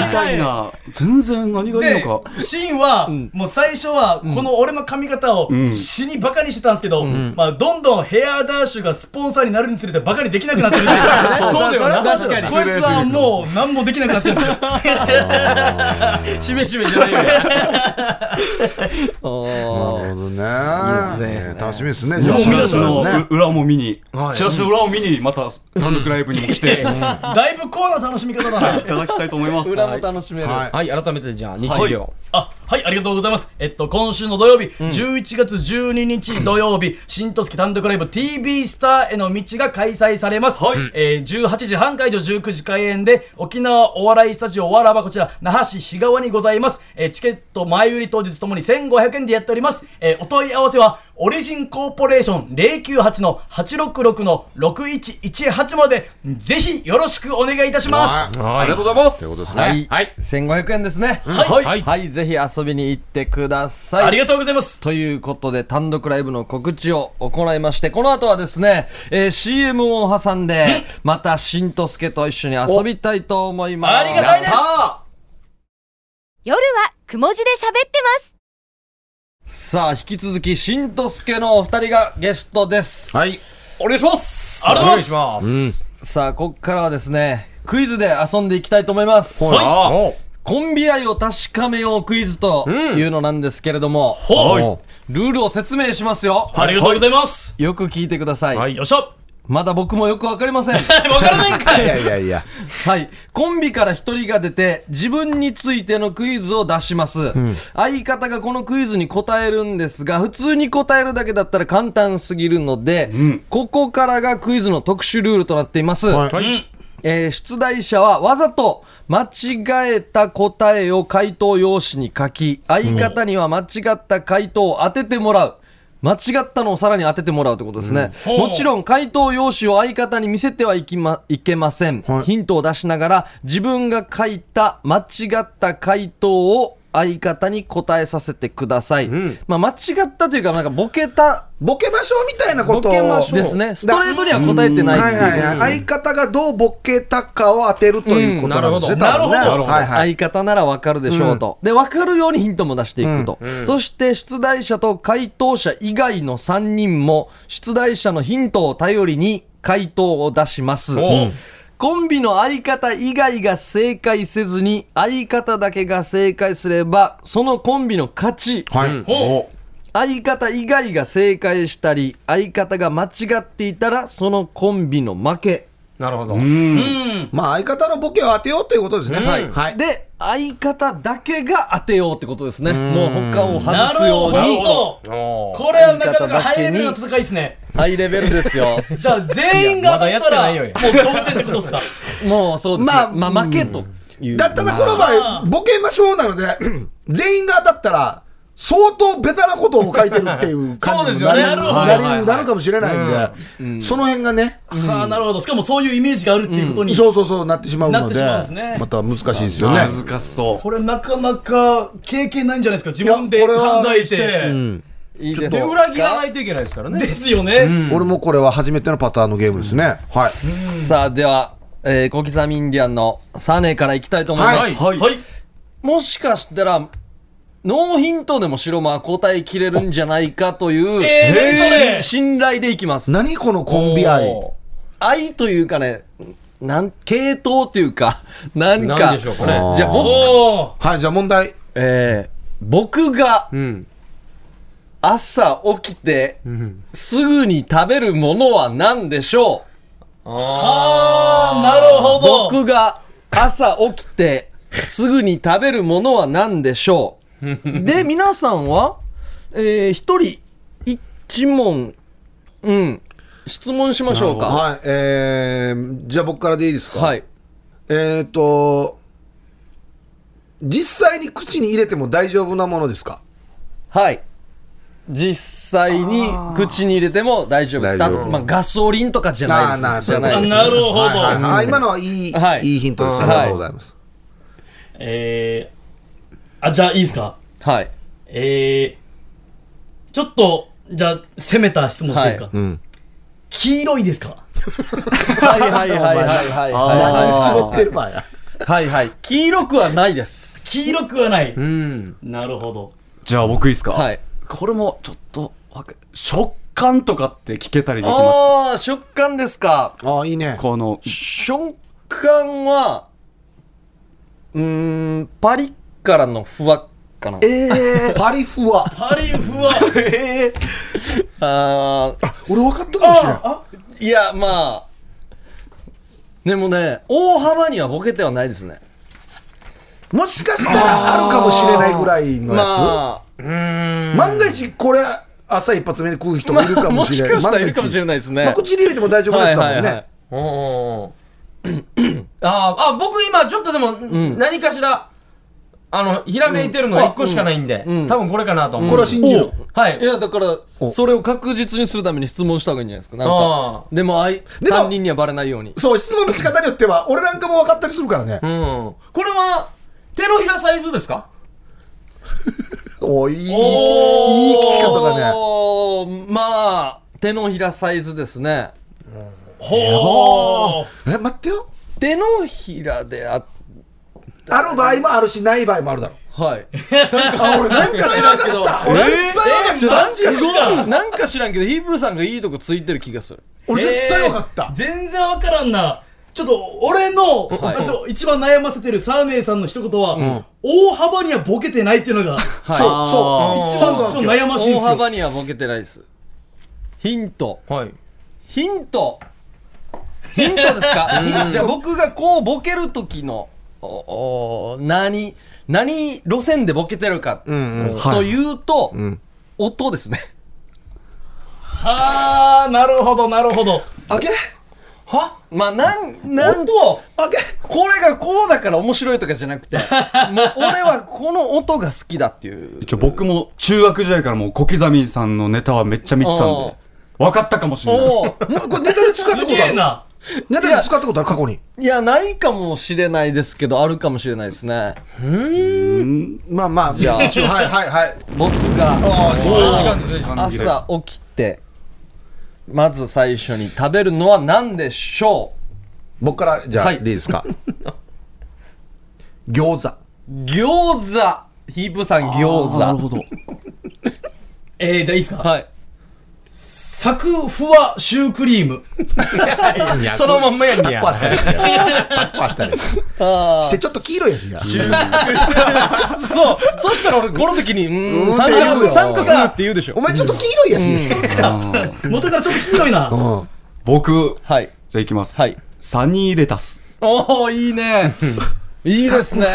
じ。みたいな。全然何がいい
で
のか。
シーンは、もう最初はこの俺の髪型を
ん
死にバカにしてたんですけど、まあ、どんどんヘアダッシュがスポンサーになるにつれてバカにできなくなってるんですよ
そうだよな
確かにこいつはもう何もできなくなってるんですよ
しめしめじゃないよ
なるほどね。いいですね。楽しみですね。じゃあ
チラ
皆
シ
さん
の
ね
裏も見に
は、い
チラシの裏を見に、また単独ライブにも来ていた
だいぶコアな楽しみ方だな
だきたいと思います。
裏も楽しめる、
はい。
はい改めてじゃあ日常
あはい、ありがとうございます。えっと、今週の土曜日、11月12日土曜日、新都月単独ライブ TV スターへの道が開催されます。えー18時半会場、19時開演で、沖縄お笑いスタジオわらばこちら、那覇市日川にございます。えーチケット前売り当日ともに1500円でやっております。えーお問い合わせは、オリジンコーポレーション098-866-6118まで、ぜひよろしくお願いいたします。
ありがとうございます
ということですね。
はい、はい、1500円ですね、
はい
はいはい、ぜひ遊びに行ってください
ありがとうございます。
ということで、単独ライブの告知を行いまして、この後はですね、えー CM を挟んで、また、しんとすけと一緒に遊びたいと思います。
ありがたいです。
夜はくも字で喋ってます。
さあ、引き続き、しんとすけのお二人がゲストです。
はい。
お願いします
ありがとうございます。
ます。
さあ、ここからはですね、クイズで遊んでいきたいと思います。
は
コンビ愛を確かめようクイズというのなんですけれども、
ほ
ルールを説明しますよ。
ありがとうございます。
よく聞いてください。
はい
よっしゃ。わ
まだ僕もよくわかりま せん。
からないんか
い
い。
やいやいや。
はい。コンビから一人が出て、自分についてのクイズを出します。相方がこのクイズに答えるんですが、普通に答えるだけだったら簡単すぎるので、ここからがクイズの特殊ルールとなっています。
はい。
えー出題者はわざと間違えた答えを回答用紙に書き相方には間違った回答を当ててもらう間違ったのをさらに当ててもらうということですね、
うん
もちろん回答用紙を相方に見せてはいき、ま、いけません、ヒントを出しながら自分が書いた間違った回答を相方に答えさせてください、まあ、間違ったというかなんかボケた
ボケましょうみたいなことを。
ボケましょう
ですねストレートには答えてないっ
は
てい
い
うこと
は
です
い
ね
はい。相方がどうボケたかを当てるということなんですね。
うん
なるほど
多分ね
なるほど
はいはい。
相方なら分かるでしょうと、で分かるようにヒントも出していくと、そして出題者と回答者以外の3人も出題者のヒントを頼りに回答を出します、
おう
コンビの相方以外が正解せずに相方だけが正解すればそのコンビの勝ち
はい。
ほ
相方以外が正解したり相方が間違っていたらそのコンビの負け
なるほど。
う。うん。
まあ相方のボケを当てようということですね。はい。はい。
で相方だけが当てようってことですねもう他を外すよう
なる
に
ほど。
お
これはなかなかハイレベルな戦いですね。
ハイレベルです よ
じゃあ全員が当たったら、
いや
もう
まだやって
同点ってことですか。
もうそうですね
まあ
まあ負けという
だったらこの場合、ボケましょうなので、 全員が当たったら、相当ベタなことを書いてるっていう感じになる
そうですよねなるほど
なり
はいはい
なるかもしれないんで、その辺がね、
はあ、なるほど。しかもそういうイメージがあるっていうことに。
そうそうそうなってしまう
なっ
の
て
で
しまうんですね、
また難しいですよね。
難しそう
これなかなか経験ないんじゃないですか。自分で
いやこれは
出題して。
いいです
で、
か
裏切らないといけないですから
で
ね。
すよね。
俺もこれは初めてのパターンのゲームですね。はい。
さあでは、えー小刻みインディアンのサネからいきたいと思います、
はい
はい。はい。
もしかしたらノーヒントでも白間は答えきれるんじゃないかという、
えー何それ
し信頼でいきます
何このコンビ愛。
愛というかねなん系統というかなんか
なんでしょう、これ。
じゃあ僕
お
はい、じゃあ問題。
えー僕が
うん。
朝起きてすぐに食べるものは何でしょ
あ、なる
う
ほど。
僕が朝起きてすぐに食べるものは何でしょうで皆さんは、えー、一人一問うん質問しましょうか
はい、えー、じゃあ僕からでいいですか。
はい。
えっ、ー、と、実際に口に入れても大丈夫なものですか
はい実際に口に入れても大丈夫
大
だ
丈夫
まあ、ガソリンとかじゃない
あーなあ
ですじゃない
そう
で
いう
す
こと
なるほど
はいはいはいあ今のはいい、
はい
い、いヒントです。あ
うん
りがとうございます。
えー、あ、じゃあいいですか。
はい
えー、ちょっと、じゃあ攻めた質問していいですか。
は
うん。
黄色いですか
はいはいはいはいはい
何絞
は
ってる場合や。
いはいはい黄色くはないです
黄色くはない。
うん。
なるほど。
じゃあ僕いいですか
はい
これもちょっとわか食感とかって聞けたりできま
ああ食感ですか
ああ、いいね
す。この
食感はうーんパリッからのふわっかな
パリフワ。
パリフは、えー、
あー
俺分かったかもしれない。
いやまあでもね大幅にはボケてはないですね
もしかしたらあるかもしれないぐらいのや
まあ、
つ、万が一これ朝一発目に食う人もいるかもしれない、
もしかしたらいるかもしれないですね
万が一まあ口に入れても大丈夫ですからもんね、
おーあーあ僕今ちょっとでも、何かしらあのひらめいてるのが1個しかないんで、多分これかなと思う
これは信じる、
はい
いやだからそれを確実にするために質問した方がいいんじゃないですかなん
あ
かでもあい
でも
3人にはバレないように
そう、質問の仕方によっては、俺なんかも分かったりするからね
う、んこれは手のひらサイズですか
おいい、いい
おー
聞き方だね、
おーまあ手のひらサイズですね
ほ
え、待ってよ、
手のひらであ
ある場合もあるし、ない場合もあるだろ、
はい
あ俺、絶対分かった、俺、絶対分かった、
すごい
なんか知らんけどヒープーさんがいいとこついてる気がする
俺、絶対分かった、
全然わからんなちょっと俺の、
はい
あちょ一番悩ませてるサーネーさんの一言は、大幅にはボケてないっていうの
は
が
い
そう、そう、
一
一
番
番
ちょっと悩ましいで
大
すよ
幅にはボケてないですヒント
はい
ヒントヒントです かじゃあ僕がこうボケる時のおお何何路線でボケてるか、というと、音ですね
あーなるほどなるほど
開け、
は
まあなんなんと
開け、
これがこうだから面白いとかじゃな くてもう俺はこの音が好きだっていう
一応僕も中学時代からもう小刻みさんのネタはめっちゃ見てたんで、分かったかもしれないです。
おー
もうこれ、ネタで使った
す
こ
げ
とあ
え
る、
な
ネタで使ったことある、過去に。
いやないかもしれないですけどあるかもしれないですね
まあまあ、じゃあ、一応はいはいはい。
僕が
時間ですね
感じる
朝起きてまず最初に食べるのは何でしょ
僕から、じゃあ、
はい
い、いですか。餃子。
う餃子ヒープさん餃子
ど。
えー、じゃあいいですか
はい
サクフワシュークリーム
そのまんまやんね
タッ
や
コはしたり。タッコはしたり。
あ
して、ちょっと黄色いやしや。
ーそうそしたら俺この時にうー
うんん
三
って言う
角
よ
三角って言うでし
お
ょ
前ちょっと黄色いやし。
元からちょっと黄色いな
うん
僕、
はい
じゃあいきます。
はい
サニーレタス。
おおいいね いいですね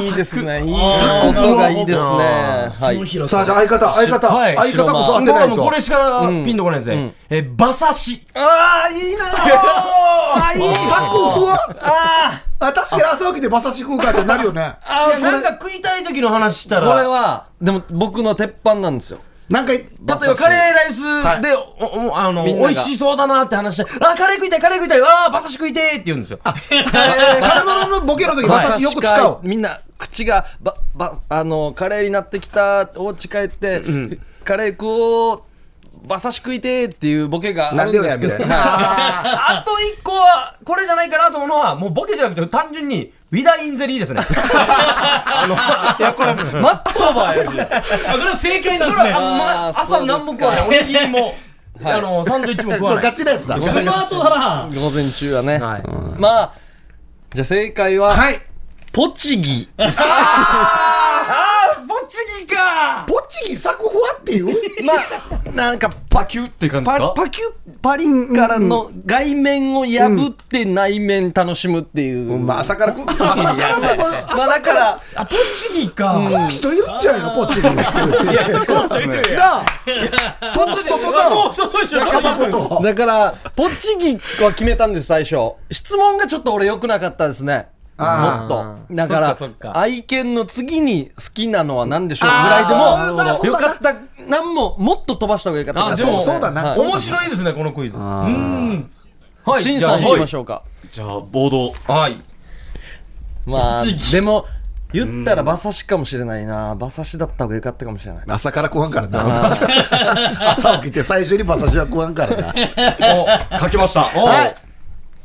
いいですねいい音がいいですねは
この
い
広
さあ、
さ
じゃあ相方、相方、
はい
相方こそ当て
僕
な
はいもう
と
こ。れしかピンとこないですね、え馬刺し
ああいいなあいい
サコフはあ、確かに朝起きて馬刺し風かってなるよね。
いやなんか食いたい時の話し た
これ
ら
はでも僕の鉄板なんですよ
なんか、
例えばカレーライスで、おおあの
み
美
んなが
味しそうだなって話して「あカレー食いたいカレー食いたいあー馬刺し食いてー」って言うんですよ
朝ののボケの時馬刺しよく使う。
みんな口がばばあのカレーになってきたお家帰って、カレー食おう馬刺し食いてーっていうボケがあ
なん
るん
でよ
ですけ
や、み
ど
たいな。
あと一個はこれじゃないかなと思うのはもうボケじゃなくて単純にウィダインゼリーですねあのいやこれ
マットバーやし
あこれは正解なんです
あ
ね
んま
あー
朝何も食わないおにぎり も、あのサンドイッチも食
こ
わ
れ
ない
ガチなやつだ。
スマートだな
午前中はね、
はい
まあじゃあ正解は、
はい。
ポチギ
ぼっちぎか
ポチギサコフワっていう
まあ なんかパキュッ
って感じです
パ
か
パキュッパリンからの外面を破って内面楽しむっていう、
まあ朝からこ、朝からでも、
まあだから
あぼっちぎか、
食う人いるんじゃないの、ポッチリ。そう
そういう
なあ、トップとトだ
も
の
うそうでしょ
仲間こと。
だから、ポチギは決めたんです、最初。質問がちょっと俺良くなかったですね。も
あ
っ
ー
と。だから
そっかそっ、か
愛犬の次に好きなのは何でしょうぐらい
あーなるほど
でも、よかった、なんも、もっと飛ばした方が良かった
あ
で
で
も
も
そうそうだな。そうだ
面
な
白いですねこのクイズは
はい
い
シンさん
じゃ
行
あ
きましょうか。
じゃあ、ボード。
はい
まあ
ポチ、ギ
でも、言ったら馬刺しかもしれないな。馬刺しだった方が良かったかもしれない。
朝から食わんからな。朝起きて最初に馬刺しは食わんからな。
お、書きました。
はい。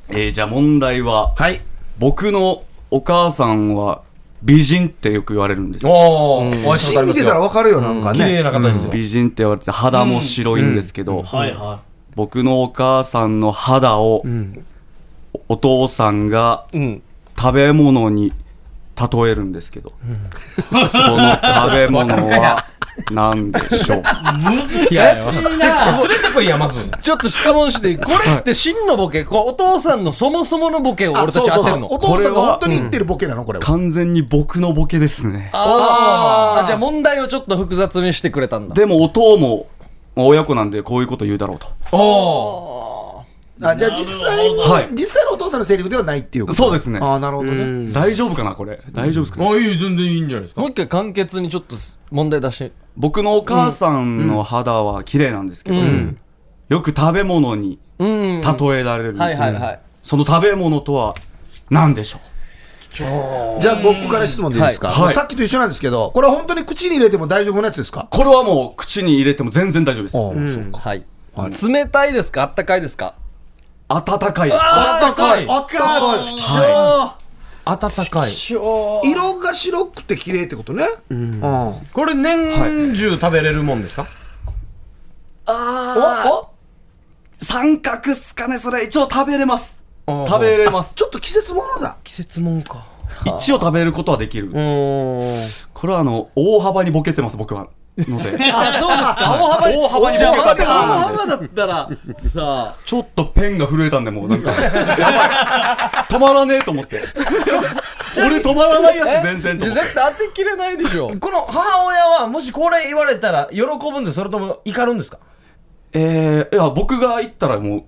えー、じゃあ問題は、
はい。
僕のお母さんは美人ってよく言われるんですよ。
おお、お会いし
シ
たこと
ーン見
あります
てたら
よ。
わかるよ、なんか
綺麗
ね。
な方ですよ。
美人って言われて肌も白いんですけど、
はいは
僕のお母さんの肌を、お父さんが
うん。
食べ物に例えるんですけど、その食べ物は何でしょう
怪しいな
連れてこいやまず
ちょっと質問していいこれって真のボケこうお父さんのそもそものボケを俺たち当てるの
お父さんが本当に言ってるボケなのこれは。
完全に僕のボケですね
あーあじゃあ問題をちょっと複雑にしてくれたんだ
でもお父もまあ親子なんでこういうこと言うだろうと
お
あじゃあ実際に、
はい
実際のお父さんのセリフではないっていうこと
そうですね
ああ、なるほどね。
大丈夫かなこれ大丈夫ですかね
おあいい全然いいんじゃないですか
もう一回簡潔にちょっと問題出して
僕のお母さんの肌は綺麗なんですけど、
ん
よく食べ物に
うんは
例えられる、
いはいはい
その食べ物とは何でしょ
じゃあ僕から質問でいいですか、
はいはい
さっきと一緒なんですけど、これは本当に口に入れても大丈夫なやつですか
うこれはもう口に入れても全然大丈夫です
ああ、そう
はい冷たいですかあったかいですか
温かいです
あったかい
あ
あったかい
は
温かい
色が白くて綺麗ってことね。うん。お
これ年中食べれるもんですか
お
三角っすかねそれ一応食べれます
ああ
食べれます
ちょっと季節物だ。
季節もんか
一応食べることはできる、
うん
これはあの大幅にボケてます僕はの で
あそうですか大幅に
大幅にボケたっ
大
てことなんで
幅だったらさあ
ちょっとペンが震えたんでもう なんかやばい止まらねえと思って俺止まらないやし全然と思って
絶対当てきれないでしょ
この母親はもしこれ言われたら喜ぶんですそれとも怒るんですか
えー、いや僕が行ったらもう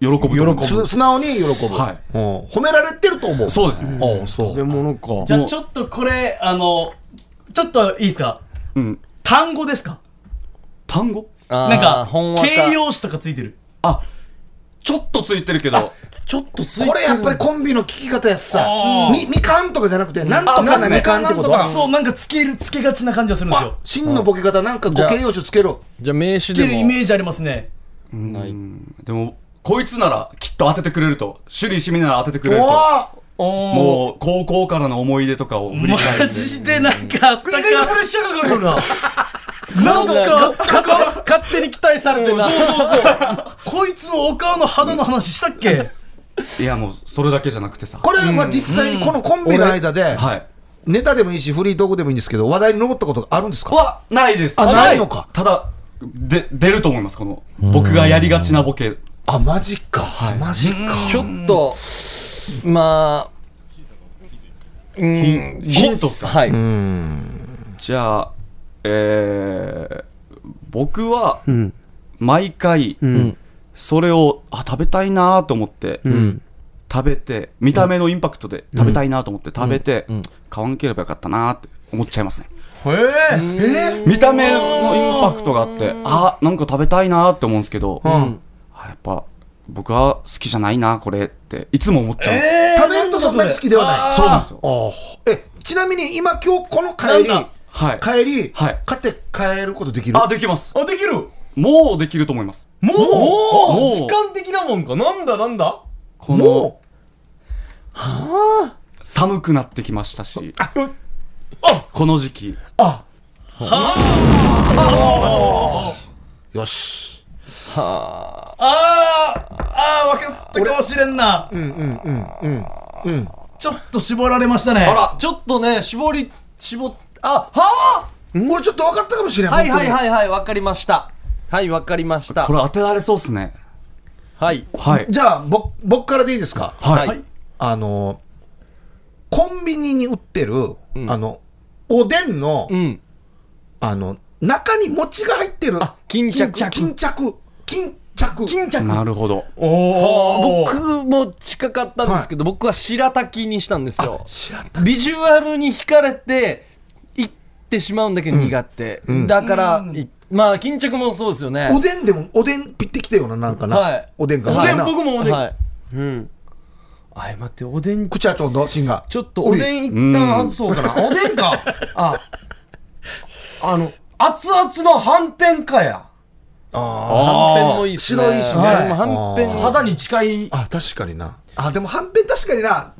喜ぶと思います
す素直に喜ぶ、
はい
うん褒められてると思う
そうですね、
ああそう
物か
じゃあちょっとこれあのちょっといいですか
うん、
単語ですか
単語
な
なんか形容詞とかついてる
あちょっとついてるけど
ちょっとついてる
これやっぱりコンビの聞き方やしさ
ああ
みみかんとかじゃなくてなんとかなみかんってこ
あ
と
なんとか
そうなんかつけるつけがちな感じがするんですよ
真のボケ方なんかご形容詞つけろ
じゃあ名
つ
刺
け
で
るイ
も
メージありますね
ない
でもこいつならきっと当ててくれると首里市民なら当ててく
お
れると
お
も
もう高校からの思い出とかを振り返
マ
って
ジでなんかあったか
意外とプレッシャーかかるよな
なんか
勝手に期待されてな
こいつのお顔の肌の話したっけ
いやもうそれだけじゃなくてさ
これは実際にこのコンビの間で
はい
ネタでもいいしフリートークでもいいんですけど話題に上ったことがあるんですか
はないです
あ
ただ
ないのか
ただで出ると思いますこの僕がやりがちなボケ
あマジか、マジか
ちょっとまあうん
ヒントっすか
はい
じゃあえー、僕は毎回、それをあ食べたいなーと思って、食べて見た目のインパクトで食べたいなと思って食べて、買わんければよかったなーって思っちゃいますね
へえ
見た目のインパクトがあってあなんか食べたいなーって思うんですけど、あやっぱ僕は好きじゃないなこれっていつも思っちゃうんですよ、
食べるとそんなに好きではない
そうなんですよ
ああえちなみに今今日この帰り
なんだ
はい
帰り、
はい
買って帰ることできる
あできます
あできる
もうできると思います
もう
もう
時間的なもんかなんだなんだ
この
も
寒くなってきましたしこの時期
うよし
あーあー分かったかもしれんなうんうんうんうんうんちょっと絞られましたねあ
あちょっとね絞り絞っあ
俺ちょっと分かったかもしれん
はいはい
本
はいはいわかりましたはいわかりました
これ当てられそうっすね
はい
はい
当にじゃあ僕僕からでいいですか
はい、
はい
あのコンビニに売ってる、あのおでんの、
うん
あの中に餅が入ってる
巾着
巾着巾着
巾着
なるほど
おお
僕も近かったんですけど、僕は白滝にしたんですよ
白滝
ビジュアルに惹かれて行ってしまうんだけど苦手、だから、いまあ巾着もそうですよね
おでんでもおでんぴってきたようななんかな、
はい
おでんが
おでん
な
僕もおでん、
はい、
うんあい待っておでん
口はちょうど芯が
ちょっとおでん一旦外そうかな。おでんか。あ、あの、熱々のはんぺんかや。
はんぺんもいいですね
白いしね
はい、もうはんぺん肌
肌に近い。
あ確かになあでもはんぺん確かにな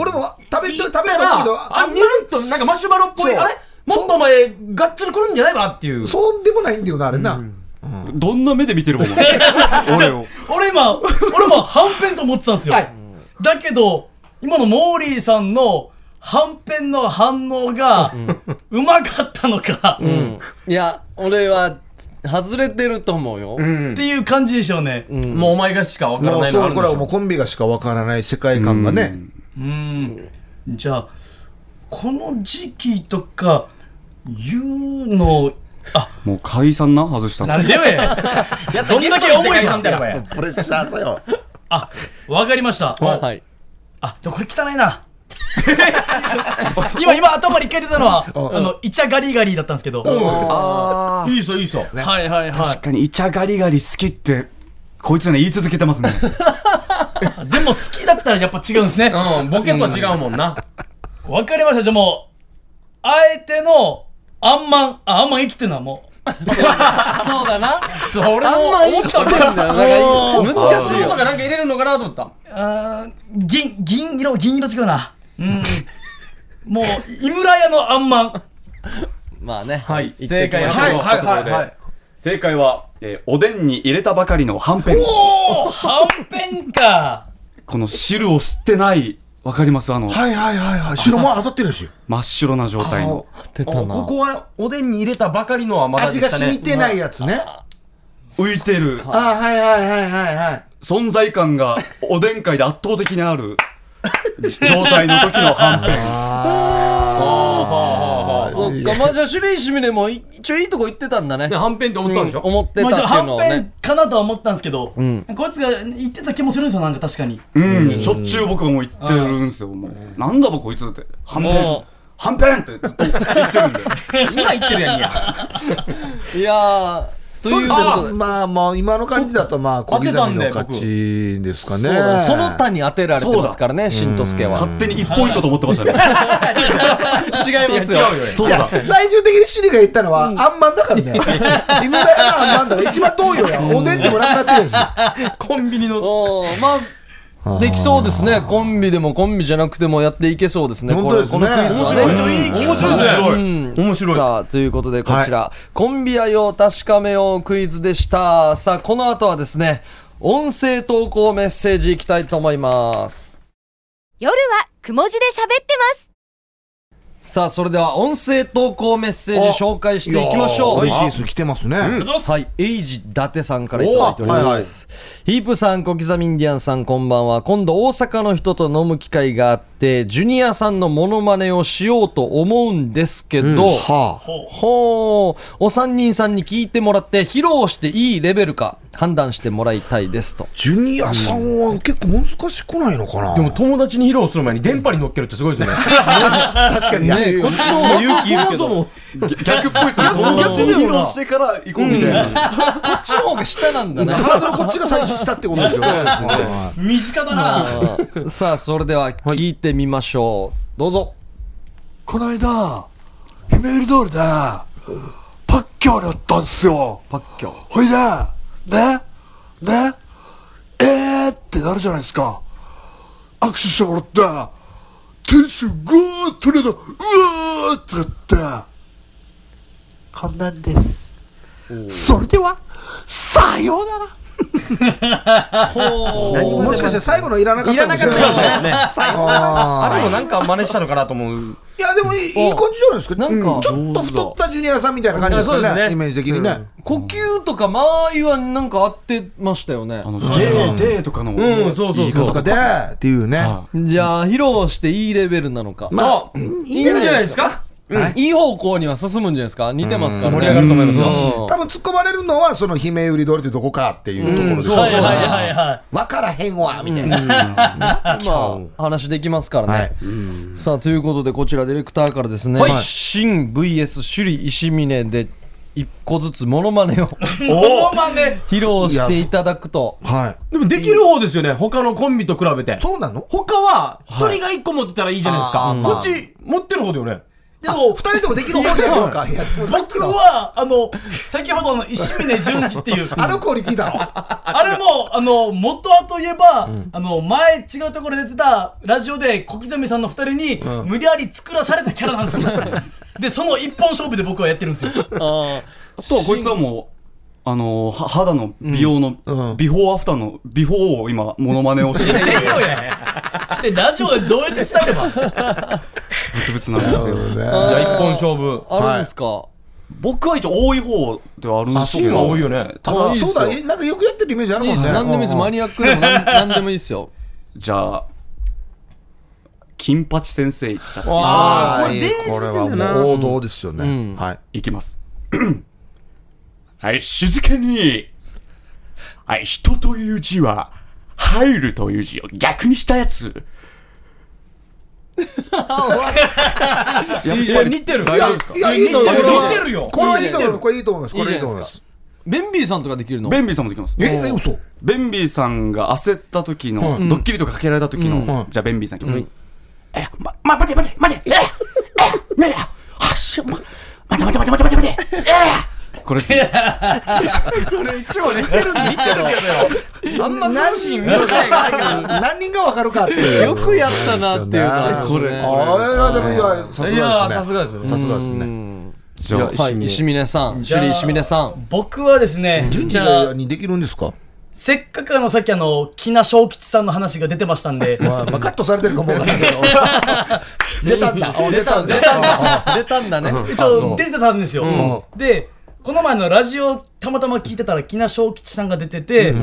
俺も食べて食べた
だから
けど
あ、
あんまり
見るとなんかマシュマロっぽい。
そう
あれもっとお前、がっつり来るんじゃないわっていう。
そうでもないんだよなあれな、
どんな目で見てるもん俺を
俺今俺もはんぺんと思ってたんですよだけど今のモーリーさんのはんぺんの反応がうまかったのか
うんいや俺は外れてると思うよ、
っていう感じでしょうね。うん
もうお前がしかわから
も
な
う
いのあ
そ
る
うんこ
で
れ
し
はもう
ょ
コンビがしかわからない世界観がね、
じゃあこの時期とか言うの
もう解散な外したの
なんでよ やどんだけ重いかんだよお
もう
前
プレッシャーさよ
あわかりました
はい
あでもこれ汚いな 今今頭に一回出たのはあのイチャガリガリだったんですけど
あ
いいさいいさ
はいはい
あ
は
確かにイチャガリガリ好きってこいつら言い続けてますね
いでも好きだったらやっぱ違うんですね
うんボケと違うもんな
わかりましたじゃあもうあえてのあんまんああんまん生きてるのはもう
そうだな
そう俺
あん
も
まいいと思うんだよなんか難しい
そうと
よ
かなんか入れるのかなと思った
あー銀銀色銀色違うなうんもう井村屋のあんまん
まあね
はい
言ってきましょう
正
は
解
いはいはいはい
正解は、えーおでんに入れたばかりのはんぺん
おおはんぺんか
この汁を吸ってないわかりますあの、
はいはいはいはい白も当たってるし
真っ白な状態の
出た
お
な
ここはおでんに入れたばかりのはまだ
味
で
が
した
染
ね
みてないやつね
浮いてる
ああはいはいはいはいはい
存在感がおでん界で圧倒的にある状態の時のはんぺん
そっかまあじゃあ種類しみでも一応いいとこ行ってたんだね
ねはんぺんって思ったんでしょ
思ってた
ま
っ
あ
て
ちょっと
い
は
うんのを
ぺん
ね
かなとは思ったんですけど、
ん
こいつが言ってた気もするんですよなんか確かに
うん、しょっちゅう僕はもう言ってるんですよ、もう。なんだばこいつって。はんぺん
も。
はんぺんってずっと言ってるんで。
今言ってるやんいや
いやーと
そう
いう
です
こと
よ
で
まあまあ今の感じだとまあ小刻みの勝ちですかね
そうだその他に当てられてますからね新都助は
勝手に1ポイントと思ってましたね。
違いま
違うよ
そう
いや
だ。
最終的にシリが言ったのは、あんまんだからね。井村屋のあんまんだから一番遠いよや。おでんでもなく なってるし。
コンビニの
おーまあできそうですねコンビでもコンビじゃなくてもやっていけそうですね
本
こ
当
れ
ですね
このクイズはね
面白
い
面白い
面白い
うん
面白い
さあということでこちら、コンビ愛を確かめようクイズでしたさあこの後はですね音声投稿メッセージいきたいと思います
夜はくも字で喋ってます。
さあそれでは音声投稿メッセージ紹介していきましょう
美味しいです。来てますね。
はい、エイジ伊達さんからいただいております。
おはいはい
ヒープさん、小刻みインディアンさん、こんばんは。今度大阪の人と飲む機会があって、ジュニアさんのモノマネをしようと思うんですけど、
はあ。
ほう、お三人さんに聞いてもらって、披露していいレベルか判断してもらいたいですと。
ジュニアさんは結構難しくないのかな。
でも友達に披露する前に電波に乗っけるってすごいですよね
確かに。
ね
こっちの勇気いるけどそも
逆っぽいですね。友達に披露してから行こうみたいな。
こっちの方が下なんだね。
ハードルこっちが最初したってことですよね。
身近だな
さあ、それでは聞いてみましょう。どうぞ。
この間、ひめゆり通りで、パッキャオにあったんすよ。
パッキョ。
ほいで、ね、ね、えーってなるじゃないですか。握手してもらって、テンションぐーっとねえの、うわーってなって、こんなんです。それでは、さようなら
もしかして最後のいらなかったかもしれない。あ
あれもなんか真似したのかなと思う
ーいや、でもいいいい感じじゃないですか。
なんか
ちょっと太ったジュニアさんみたいな感じです
うんそ
か
うです
ね。
ね
イメージ的にね。
呼吸とか間合いはなんか合ってましたよね。
あの、デー、デーとかの。
うんそうそうそう
とかで、っていうね。
は
じゃあ、披露していいレベルなのか。
まあ、い
いいんじゃないですか
うんいい方向には進むんじゃないですか似てますからね。
盛り上がると思いますよ
うん
多分突っ込まれるのは、その姫売り通りってどこかっていうところでしょう
はい
ね。
はいはいはい
わからへんわみたいな。
まあ、話できますからね。
はい
さあ、ということで、こちらディレクターからですね、
はい
新 VS 首里石峰で、一個ずつモノマネを
モノマネ
披露していただくと。
はい。
でもできる方ですよね他のコンビと比べて
そうなの
他は一人が一個持ってたらいいじゃないですか、
はいあーまあ
こっち持ってる方だよね
でも、二人ともできる方でやろうか。いや、でもさっき
僕
の、
はあの先ほどの石峰淳二っていう
あのクオリティだろ。
あれも、あの、元はといえば、あの、前違うところで出てたラジオで小刻みさんの二人に、無理やり作らされたキャラなんですよ。で、その一本勝負で僕はやってるんですよ。
あ
あとはこいつはもう、あのーは肌の美容の、
うん
ビフォーアフターのビフォーを今モノマネをして
出よやして、ラジオでどうやって伝えれば
ブツブツなんですよ。
ね
じゃあ一本勝負。
あるんですか、
僕は一応多い方ではあるんですけ
あそうな
ど。
の多いよね
た
あ
だ、
そうだ、えなんかよくやってるイメージある
いい
もん
で
ね。
す何でもいいですマニアックでも何何でもいいですよ
じゃあ、金八先生いっちゃっていいですか
ああ、
これ
いい
電子
これは
だよな
もう王道ですよね。はい。
いきます。はい、静かに。はい、人という字は、入るという字を逆にしたやつ。
いや、似てる。
いや、いや、いいと思います。
似てるよ
これはいいと思います。これいいと思います。これいいと思います。
ベンビーさんとかできるの
ベンビーさんもできます。
え、え嘘。
ベンビーさんが焦った時の、ドッキリとかかけられた時の、
うん
じゃあベンビーさんいきます。え、ま、ま、待て待て待てえ、え、なにはっしょ、ま、待て待て待て待て待てえこれですね。
あんま
何
楽しい見たい
何人がわかるかっていう。
よくやったなっていうのはあります
こ
よ
れ。
ね
ああ、でもいや、さすがですね。
いやーさすがですね
さすがですね。
じゃあ、
はい石峰さん
ゃあ
首里石峰さん
僕はですね、
順
じ
次
ゃあ、
にできるんですか
せっかくあの、さっきあの、木名正吉さんの話が出てましたんで、
まあ、まあカットされてるかもわからないけど。出たんだ。あ出たんだ。
出たんだね
一応出てたんですよ、でこの前のラジオたまたま聞いてたら木名正吉さんが出てて、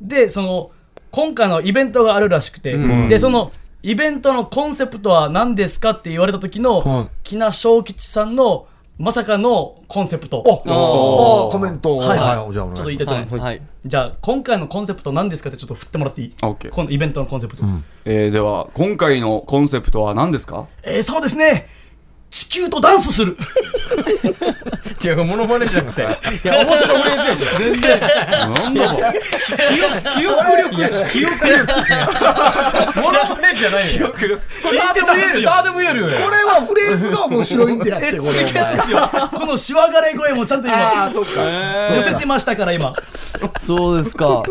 でその今回のイベントがあるらしくて、でそのイベントのコンセプトは何ですかって言われた時の木名正吉さんのまさかのコンセプト
おおコメントを。
はいはい
はい。じゃあ、お願い
ちょっと言
し
い
ます
たいと思います、
はい
じゃあ今回のコンセプト何ですかってちょっと振ってもらっていい
あ OK
このイベントのコンセプト、
えー、では、今回のコンセプトは何ですか
えーそうですね地球とダンスする
違う、これモノマネじゃなくて。いや、面白いフレーズでしょ。全然。
なんだろう
記憶力やし、記憶力。モノマネじゃないよ。記憶力。これ、あでも言えるよ。あでも言えるよ。
これはフレーズが面白いんでや って、これ。違
このしわがれ声もちゃんと
ああ、
今
そっか。
寄せてましたから今
そうですか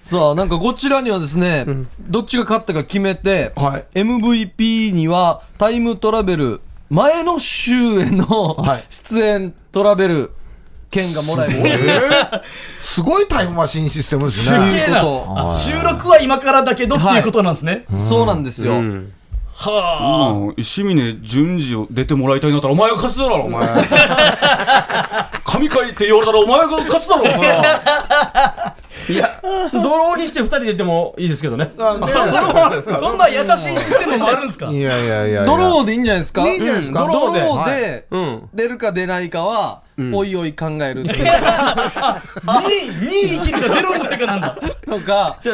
さあなんかこちらにはですね、どっちが勝ったか決めて、
はい
MVP にはタイムトラベル前の週への、
はい
出演トラベル券がもらえる
すごいタイムマシンシステムです
と
ね。
いうこと
あ収録は今からだけどっていうことなんですね。
そうなんですよ、
は
うん石峰淳二を出てもらいたいんだったらお前が勝つだろお前神回って言われたらお前が勝つだろお前
ドローにして二人出てもいいですけどね。
あそう
あ、そんな優しいシステムもあるんですか
いやいやいやいや。
ドローでいいんじゃないですか
いいんじゃないですか
うんドローで
ドローで
うん。
出るか出ないかは、おいおい考えるっていう
2、2生きるかゼロになるかなんだ。
のがス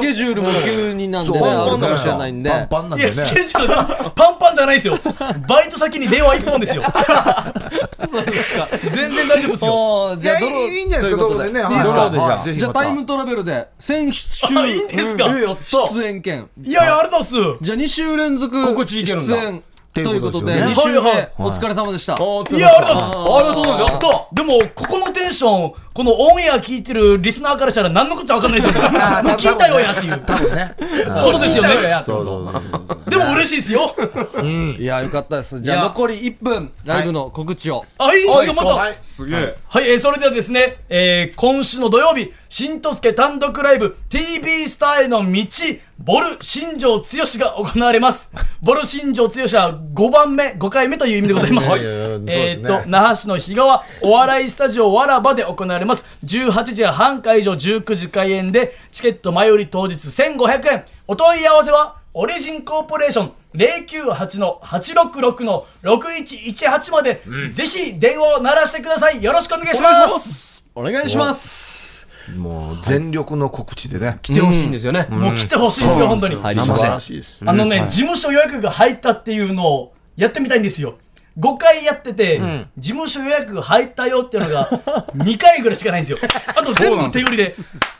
ケジュールも急になんでねあるかもしれないんで
パンパンなん
い
で
や、
ね。
スケジュールがパンパンじゃないですよ。バイト先に電話1本ですよ。全然大丈夫ですよ。
おー
い
じゃ
や
あドロー
いいいいんじゃないですか、
と
ド
うこ
ロ
と
ーでね。
いい
はい
ですか
はいぜひ
じゃあ
また
タイムトラベルで先週
あいいんですか
うんえやった出演権
いやいや、あれだっす。い
じゃあ2週連続
ここ地
出
域やるんだ
演ということで
という
2
ことです
週
よねはい
目
はい
お疲れ様でした
お疲れ様でした
や、あれだっす。
ありがとうございますやった
でも、ここのテンション、このオンエア聞いてるリスナーからしたら何のこっちゃわかんないですよね。もう
あー
聞いたよやっていう
多分ね。
ことですよね。
そうそうそうそう。
でも嬉しいですよ。
いやよかったですじゃ
い
あ
や
残り1分ライブの告知を
あ、いいですよ、また。
はい。
すげえ
はい、えーそれではですね、えー今週の土曜日、新とすけ単独ライブ、TV スターへの道、ボル新庄剛志が行われます。ボル新庄剛志は5番目、5回目という意味でございます。
はいいやいやそうですね
えーっと、那覇市の日川お笑いスタジオわらばで行われます。18時半会場、19時開演で、チケット前売り当日1500円。お問い合わせは、オリジンコーポレーション098-866-6118まで、ぜひ電話を鳴らしてください。よろしくお願いします。
お願いします
もう全力の告知でね。
来てほしいんですよね。
もう来てほしいですよ、本当に。
はい
素晴らしいです。
あのね、事務所予約が入ったっていうのをやってみたいんですよ。5回やってて、事務所予約が入ったよっていうのが2回ぐらいしかないんですよ。あと全部手売りで、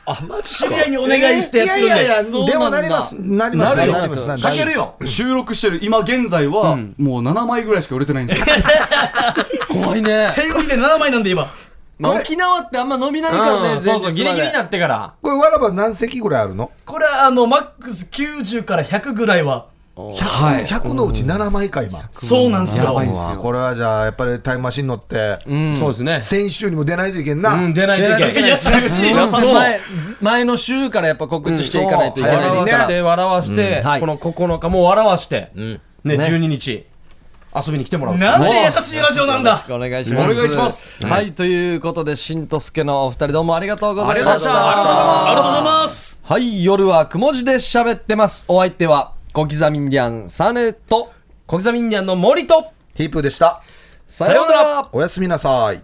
あ、マジ
知り合いにお願いしてやってるんで。
いやいやい
そうなん
や、
だ
でもなります。なります。
なるよ
ります。なりま
か
す
けるよ。
収録してる今現在は、もう7枚ぐらいしか売れてないんですよ
怖いね
手売りで7枚なんで今。
まあ沖縄ってあんま伸びないから
う
ね
んそうそう、
前
ギ
日
リ
まで
ギリになってから。
これ、わらば何席ぐらいあるの
これはあの、マックス90から100ぐらいは、
はい
?100 のうち7枚か、今。
そうなんです
や
よ
ばい。んです
わあ
よ
これはじゃあ、やっぱりタイムマシン乗って、
そうですね。
先週にも出ないといけんな。
うん、出ないといけない。
優しいな、そ
そう
の。
前前の週からやっぱ告知していかないといけない
うん
で
そ
す
う
から
笑わして、
はい
この9日も笑わして、ね、
ね
12日。遊びに来てもらう。
なんて優しいラジオな
よろ
んだ
しくお願いします。
お願いします
はい、ということで、しんとすけのお二人どうもありがとうございました。
ありがとうございます
はい、夜はくも字で喋ってます。お相手は、小刻みインディアン、サネと、
小刻みインディアンの森と、
ヒープーでした。
さようなら
おやすみなさい。